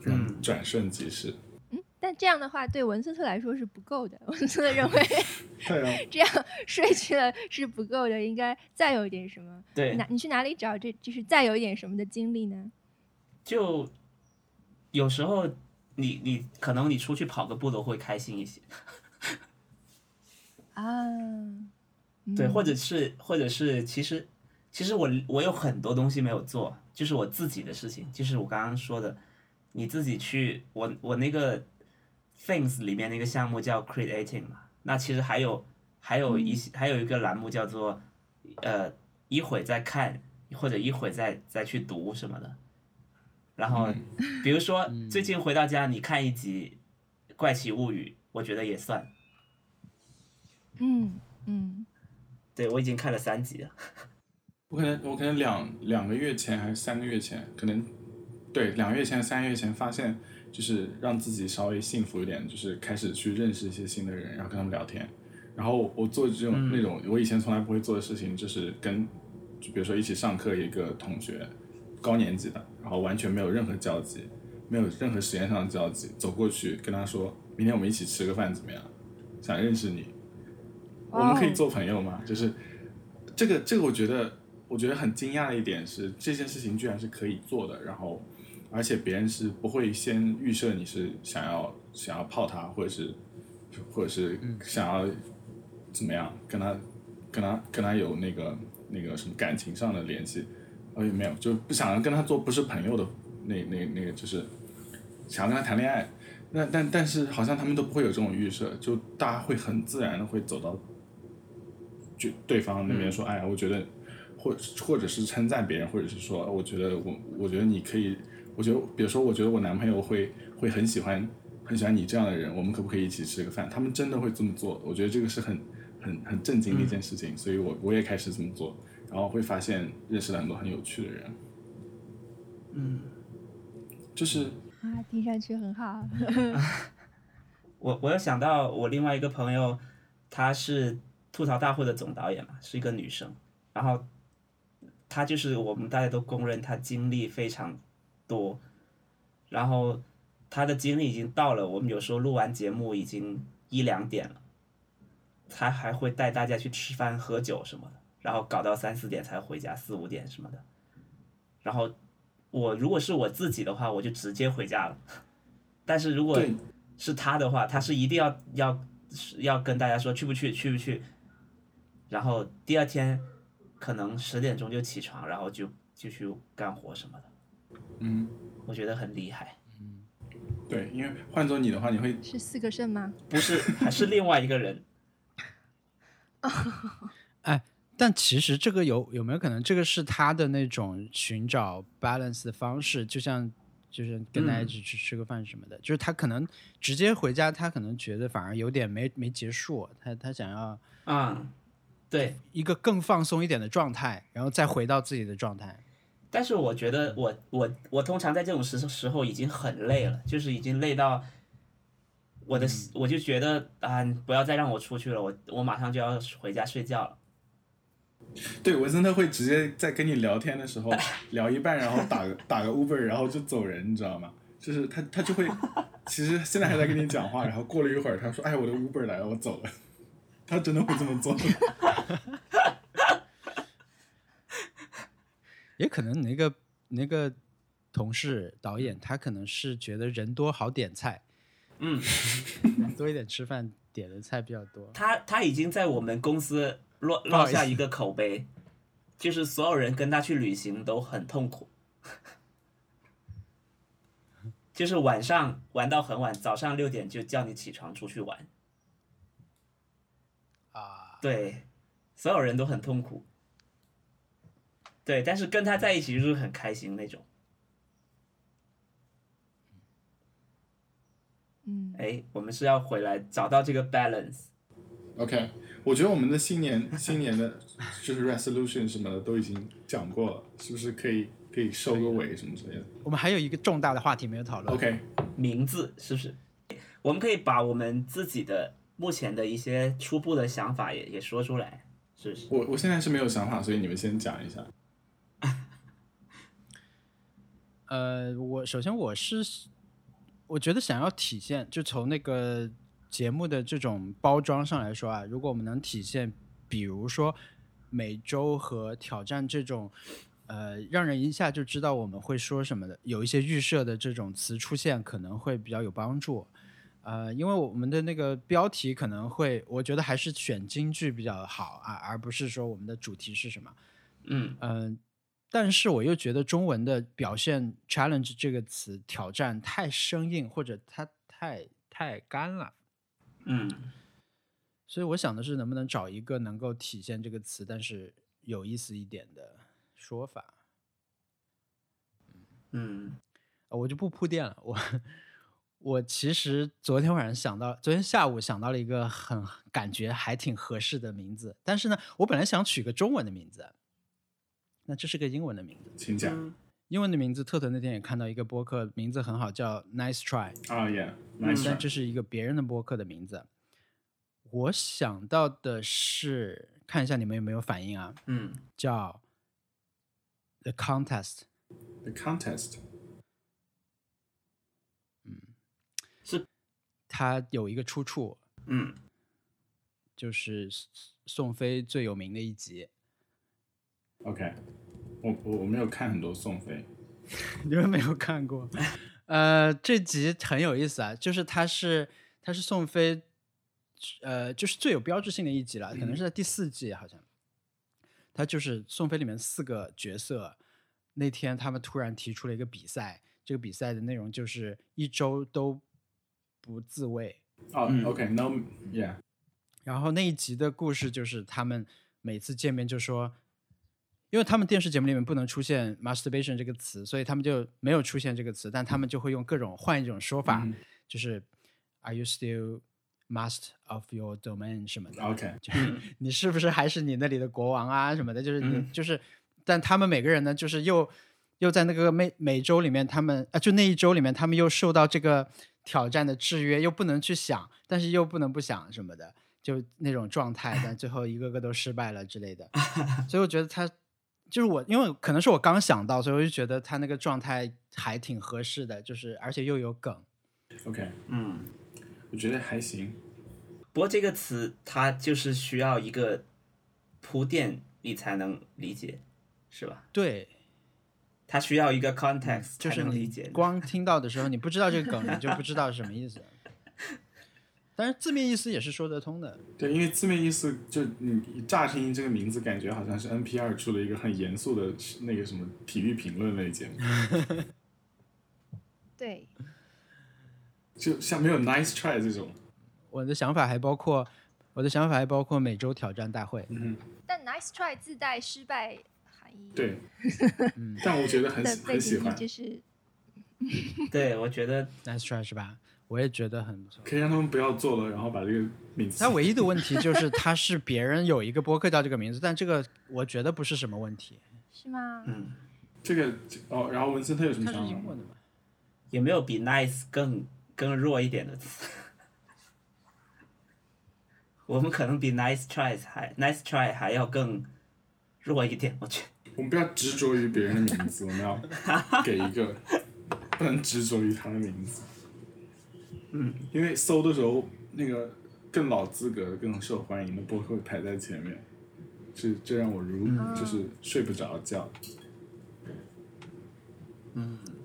非常嗯转瞬即逝。嗯，但这样的话对文森特来说是不够的。文森特认为对啊，这样 *laughs* 睡去了是不够的，应该再有一点什么。对哪你去哪里找这就是再有一点什么的经历呢？就有时候你你可能你出去跑个步都会开心一些，啊，对，嗯或者是或者是其实其实我我有很多东西没有做，就是我自己的事情，就是我刚刚说的，你自己去我我那个 Things 里面那个项目叫 Creating 嘛，那其实还有还有一些、还有一个栏目叫做呃一会再看或者一会再再去读什么的，然后比如说最近回到家你看一集《怪奇物语》，我觉得也算，嗯嗯对我已经看了三集了。我可能我可能两两个月前还是三个月前，可能对两个月前三个月前发现，就是让自己稍微幸福一点，就是开始去认识一些新的人，然后跟他们聊天。然后我做这种、嗯那种我以前从来不会做的事情，就是跟就比如说一起上课一个同学，高年级的，然后完全没有任何交集，没有任何时间上的交集，走过去跟他说，明天我们一起吃个饭怎么样？想认识你，我们可以哦做朋友吗？就是这个这个，我觉得我觉得很惊讶的一点是，这件事情居然是可以做的，然后而且别人是不会先预设你是想要想要泡他，或者是或者是想要怎么样跟他跟他跟他有那个那个什么感情上的联系，而且没有，就不想要跟他做不是朋友的那那那个，就是想要跟他谈恋爱。那但但是好像他们都不会有这种预设，就大家会很自然的会走到就对方那边说，哎，我觉得或或者是称赞别人，或者是说，我觉得我我觉得你可以，我觉得比如说，我觉得我男朋友会会很喜欢很喜欢你这样的人，我们可不可以一起吃个饭？他们真的会这么做，我觉得这个是很很很震惊的一件事情，所以我我也开始这么做，然后会发现认识了很多很有趣的人，嗯，就是啊，听上去很好。 *laughs* 我我又想到我另外一个朋友，她是吐槽大会的总导演嘛，是一个女生，然后她就是我们大家都公认她经历非常多，然后她的经历已经到了我们有时候录完节目已经一两点了，她还会带大家去吃饭喝酒什么的，然后搞到三四点才回家，四五点什么的，然后我如果是我自己的话，我就直接回家了，但是如果对是他的话，他是一定要要是要跟大家说去不去，去不去。然后第二天可能十点钟就起床，然后就就去干活什么的。嗯我觉得很厉害，对，因为换做你的话，你会是四个肾吗？不 *laughs* 是还是另外一个人，但其实这个有有没有可能，这个是他的那种寻找 balance 的方式，就像就是跟大家一起去吃个饭什么的，就是他可能直接回家，他可能觉得反而有点没没结束，他他想要嗯，对。一个更放松一点的状态，然后再回到自己的状态。但是我觉得我我我通常在这种时时候已经很累了，就是已经累到我的、我就觉得啊，你不要再让我出去了，我我马上就要回家睡觉了。对，文森特会直接在跟你聊天的时候聊一半，然后打个打个 Uber，然后就走人，你知道吗？就是他他就会，其实现在还在跟你讲话，然后过了一会儿，他说：“哎，我的 Uber 来了，我走了。”他真的会这么做。也可能那个那个同事导演，他可能是觉得人多好点菜，嗯。 *laughs* 多一点吃饭点的菜比较多。他他已经在我们公司落不好落意思下一个口碑，就是所有人跟他去旅行都很痛苦， *laughs* 就是晚上玩到很晚，早上六点就叫你起床出去玩，啊，对，所有人都很痛苦，对，但是跟他在一起就是很开心那种，嗯，哎，我们是要回来找到这个 balance， OK，我觉得我们的新年新年的就是 resolution 什么的都已经讲过了，是不是可以可以收个尾什么之类的我们还有一个重大的话题没有讨论。 ？OK，名字，是不是？我们可以把我们自己的目前的一些初步的想法也也说出来，是不是？我我现在是没有想法，所以你们先讲一下。呃，我首先我是我觉得想要体现，就从那个节目的这种包装上来说啊，如果我们能体现，比如说每周和挑战这种，呃，让人一下就知道我们会说什么的，有一些预设的这种词出现，可能会比较有帮助。呃，因为我们的那个标题可能会，我觉得还是选京剧比较好啊，而不是说我们的主题是什么。嗯嗯，但是我又觉得中文的表现 “challenge” 这个词挑战太生硬，或者它太太干了。嗯所以我想的是，能不能找一个能够体现这个词，但是有意思一点的说法。嗯呃我就不铺垫了。我我其实昨天晚上想到，昨天下午想到了一个很感觉还挺合适的名字，但是呢，我本来想取个中文的名字，那这是个英文的名字。请讲。嗯英文的名字，特特那天也看到一个播客，名字很好，叫 Nice Try，啊、y e a h n i 嗯 c e 但这是一个别人的播客的名字。我想到的是，看一下你们有没有反应啊，嗯叫 The Contest， the contest。它有一个出处，嗯就是宋飞最有名的一集， OK，我我我没有看很多宋飞，你们没有看过？呃，这集很有意思啊，就是它是它是宋飞，呃，就是最有标志性的一集了，可能是在第四季好像。它就是宋飞里面四个角色，那天他们突然提出了一个比赛，这个比赛的内容就是一周都不自慰。哦、嗯 o k n o yeah，然后那一集的故事就是他们每次见面就说，因为他们电视节目里面不能出现 masturbation 这个词，所以他们就没有出现这个词，但他们就会用各种换一种说法，嗯就是 Are you still master of your domain 什么的。 OK，就是你是不是还是你那里的国王啊什么的，就是你、嗯就是，但他们每个人呢，就是又又在那个每每周里面，他们啊就那一周里面，他们又受到这个挑战的制约，又不能去想，但是又不能不想什么的，就那种状态，但最后一个个都失败了之类的，所以我觉得他就是我，因为可能是我刚想到，所以我就觉得他那个状态还挺合适的，就是而且又有梗， OK，嗯，我觉得还行。不过这个词它就是需要一个铺垫，你才能理解，是吧？对，它需要一个 context 嗯就才是能理你解。光听到的时候，你不知道这个梗，你就不知道是什么意思。但是字面意思也是说得通的，对，因为字面意思就你你乍听这个名字，感觉好像是 NPR 出了一个很严肃的那个什么体育评论类节目，对，就像没有 Nice Try 这种。我的想法还包括我的想法还包括每周挑战大会。嗯，但 nice try 自带失败含义。对 *laughs* 嗯。但我觉得很的喜背很喜景音欢，就是对，我觉得 Nice try 是吧？我也觉得很不错。可以让他们不要做了，然后把这个名字他唯一的问题就是他是别人有一个播客叫这个名字，但这个我觉得不是什么问题。是吗？嗯，这个哦，然后文森特有什么它是想法英吗文？的嘛？也没有比 nice 更更弱一点的词。我们可能比 nice try 还 nice try 还要更弱一点，我觉得。我们不要执着于别人的名字，我们要给一个，不能执着于他的名字。嗯，因为搜的时候，那个更老资格、更受欢迎的播客排在前面，是这让我如、嗯就是睡不着觉。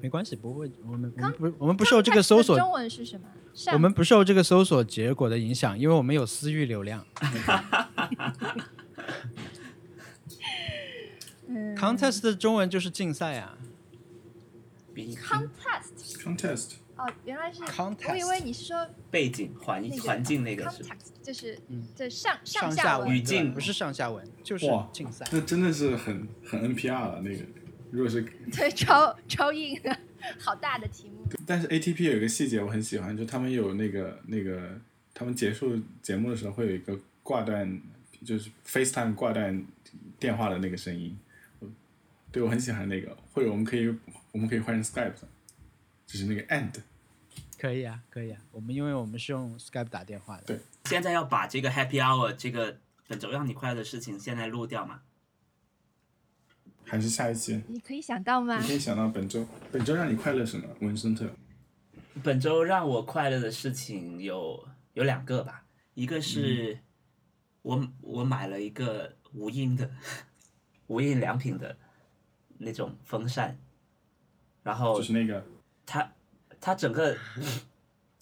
没关系，不会，我们我们不我们不受这个搜索它的，中文是什么？上我们不受这个搜索结果的影响，因为我们有私域流量。嗯 Contest 的中文就是竞赛啊。比 contest Contest 哦，原来是 Contest 我以为你是说背景环那个环境那个是吧 context，就是嗯这上上下文语境不是上下文，就是哇竞赛。那真的是很很 NPR 了那个。如果是， *laughs* 对，超超硬，好大的题目。但是 ATP 有一个细节我很喜欢，就他们有那个那个，他们结束节目的时候会有一个挂断，就是 FaceTime 挂断电话的那个声音。我对我很喜欢那个，或者我们可以我们可以换成 Skype，的就是那个 and。可以啊，可以啊。我们因为我们是用 Skype 打电话的，对现在要把这个 happy hour 这个本周让你快乐的事情现在录掉嘛？还是下一期，你可以想到吗你？可以想到本周本周让你快乐什么？文森特，本周让我快乐的事情有有两个吧，一个嗯是我我买了一个无印的 *laughs* 无印良品的那种风扇，然后就是那个它它整个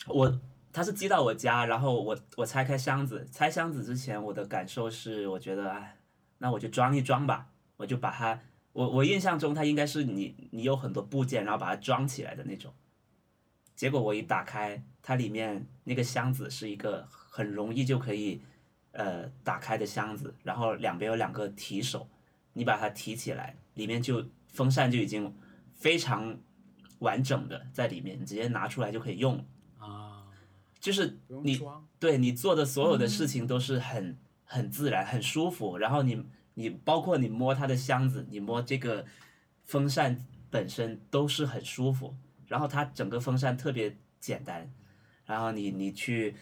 我它是寄到我家，然后我我拆开箱子，拆箱子之前我的感受是，我觉得哎，那我就装一装吧，我就把它，我我印象中它应该是你你有很多部件，然后把它装起来的那种。结果我一打开，它里面那个箱子是一个很容易就可以呃打开的箱子，然后两边有两个提手，你把它提起来，里面就风扇就已经非常完整的在里面，你直接拿出来就可以用了。啊，就是不用你装。对你做的所有的事情都是很、很自然、很舒服。然后你你包括你摸它的箱子，你摸这个风扇本身都是很舒服。然后它整个风扇特别简单，然后你你去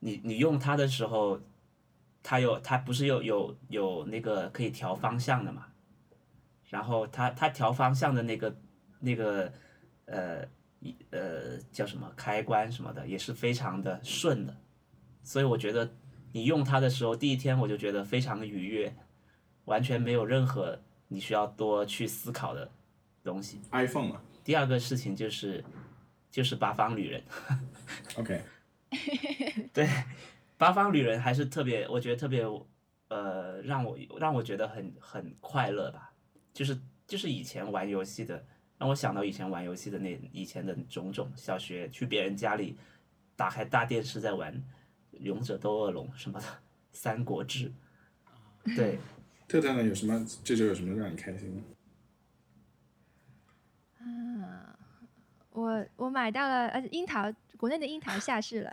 你你用它的时候，它有它不是有有有那个可以调方向的嘛？然后它它调方向的那个那个呃一呃叫什么开关什么的也是非常的顺的，所以我觉得你用它的时候，第一天我就觉得非常的愉悦，完全没有任何你需要多去思考的东西。 iPhone 了、第二个事情就是就是八方旅人。 OK，对，八方旅人还是特别，我觉得特别，呃，让我让我觉得很很快乐吧，就是就是以前玩游戏的，让我想到以前玩游戏的那以前的种种，小学去别人家里，打开大电视在玩《勇者斗恶龙》什么的，《三国 *laughs* 志》，对，特特呢有什么这周有什么让你开心的？啊，我我买到了，呃，樱桃，国内的樱桃下市了，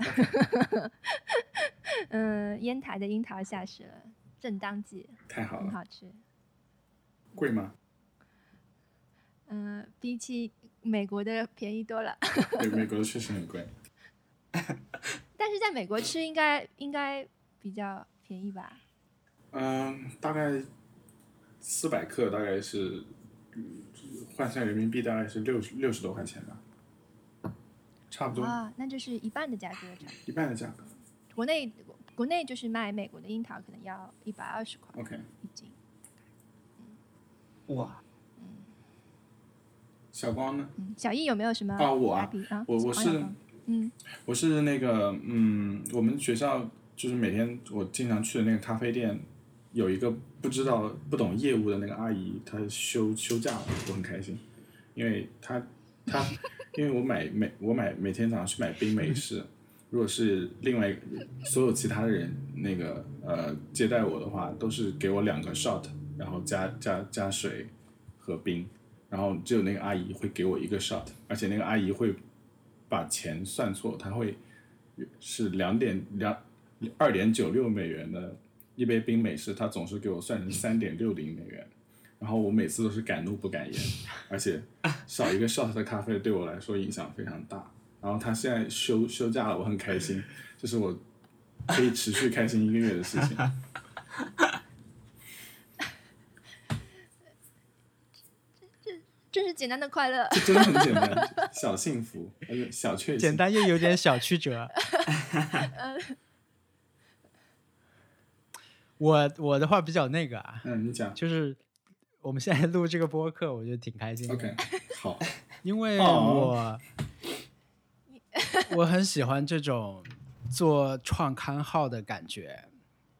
*laughs* 嗯，烟台的樱桃下市了，正当季，太好很了，好吃。贵吗？嗯，比起美国的便宜多了，对，美国的确实很贵。但是在美国吃应该应该比较便宜吧？嗯，大概四百克大概是嗯换算人民币大概是六十六十多块钱吧，差不多啊，那就是一半的价格差不一半的价格。多。国内国内就是卖美国的樱桃可能要一百二十块 OK，一斤。哇，小光呢？嗯，小易有没有什么啊我啊打比啊？我我王是小光嗯我是那个，嗯，我们学校就是每天我经常去的那个咖啡店，有一个不知道不懂业务的那个阿姨，她休休假了，我很开心，因为她她因为我买每我买每天早上去买冰美式，如果是另外一个所有其他的人那个呃接待我的话，都是给我两个 shot，然后加加加水和冰，然后只有那个阿姨会给我一个 shot，而且那个阿姨会把钱算错，他会是两点两二点九六美元的一杯冰美式，他总是给我算成三点六零美元，然后我每次都是敢怒不敢言，而且少一个 shot 的咖啡对我来说影响非常大。然后他现在休休假了，我很开心，这是我可以持续开心一个月的事情。这是简单的快乐。这真的很简单，小幸福，而且小确幸。简单又有点小曲 *laughs* 折。我我的话比较那个啊，嗯，你讲。就是我们现在录这个播客，我觉得挺开心的 OK，好，因为哦我我 *laughs* 很喜欢这种做创刊号的感觉，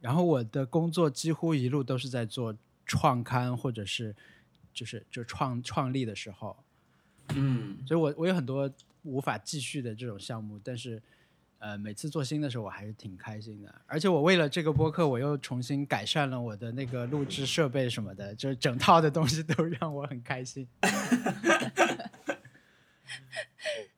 然后我的工作几乎一路都是在做创刊或者是就是就创创立的时候，嗯，所以我我有很多无法继续的这种项目，但是呃，每次做新的时候我还是挺开心的。而且我为了这个播客，我又重新改善了我的那个录制设备什么的，就是整套的东西都让我很开心。 *laughs*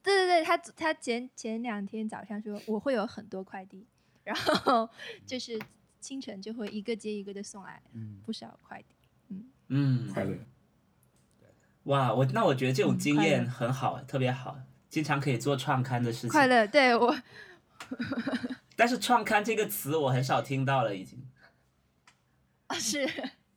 对对对，他他前前两天早上说我会有很多快递， *laughs* 然后就是清晨就会一个接一个的送来嗯，不少快递。嗯，快乐。哇，我那我觉得这种嗯经快乐验很好，特别好，经常可以做创刊的事情。嗯快乐，对我 *laughs* 但是“创刊”这个词我很少听到了，已经。啊是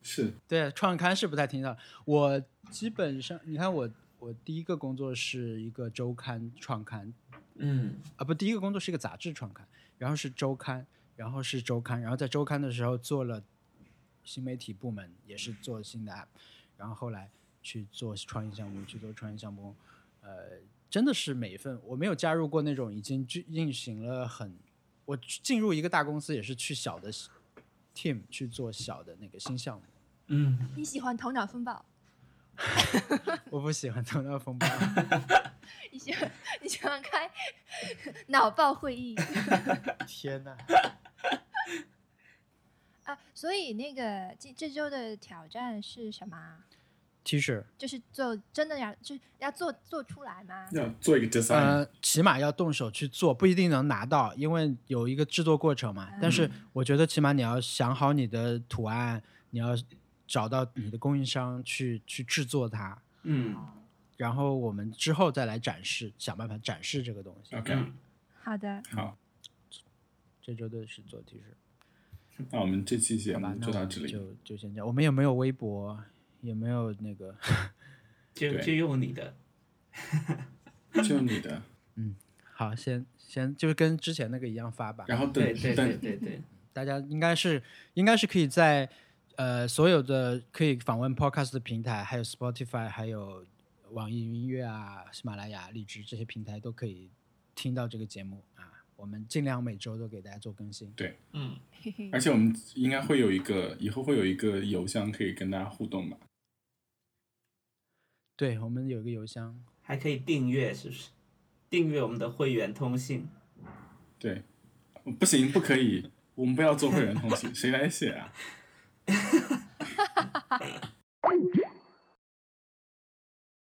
是对，创刊是不太听到。我基本上，你看我我第一个工作是一个周刊创刊，嗯啊，不，第一个工作是一个杂志创刊，然后是周刊，然后是周刊，然后在周刊的时候做了新媒体部门，也是做新的 app，然后后来去做创意项目，去做创意项目，呃，真的是每一份我没有加入过那种已经具运行了很，我进入一个大公司也是去小的 team 去做小的那个新项目。嗯，你喜欢头脑风暴， *laughs* 我不喜欢头脑风暴，你喜欢你喜欢开 *laughs* 脑暴会议 *laughs* 天 *laughs* 呐！啊？所以那个这这周的挑战是什么啊？ T 恤，就是做真的要就是要做做出来吗？要做一个 design，、呃，起码要动手去做，不一定能拿到，因为有一个制作过程嘛。但是我觉得起码你要想好你的图案，你要找到你的供应商去去制作它，嗯然后我们之后再来展示，想办法展示这个东西。 OK，嗯好的，好，这周的是做 T 恤，那我们这期节好吧目，那就我到们这里。就就先这样。我们也没有微博，也没有那个， *laughs* 就对就用你的。就你 *laughs* 的，好，先先就是跟之前那个一样发吧。然后对等对对等对对，大家应该是应该是可以在呃所有的可以访问 Podcast 的平台，还有 Spotify，还有网易云音乐啊、喜马拉雅、荔枝这些平台都可以听到这个节目啊。我们尽量每周都给大家做更新。对，嗯，嘿嘿而且我们应该会有一个，以后会有一个邮箱可以跟大家互动吧？对，我们有一个邮箱，还可以订阅，是不是？订阅我们的会员通信，对，不行，不可以，我们不要做会员通信，谁来写啊？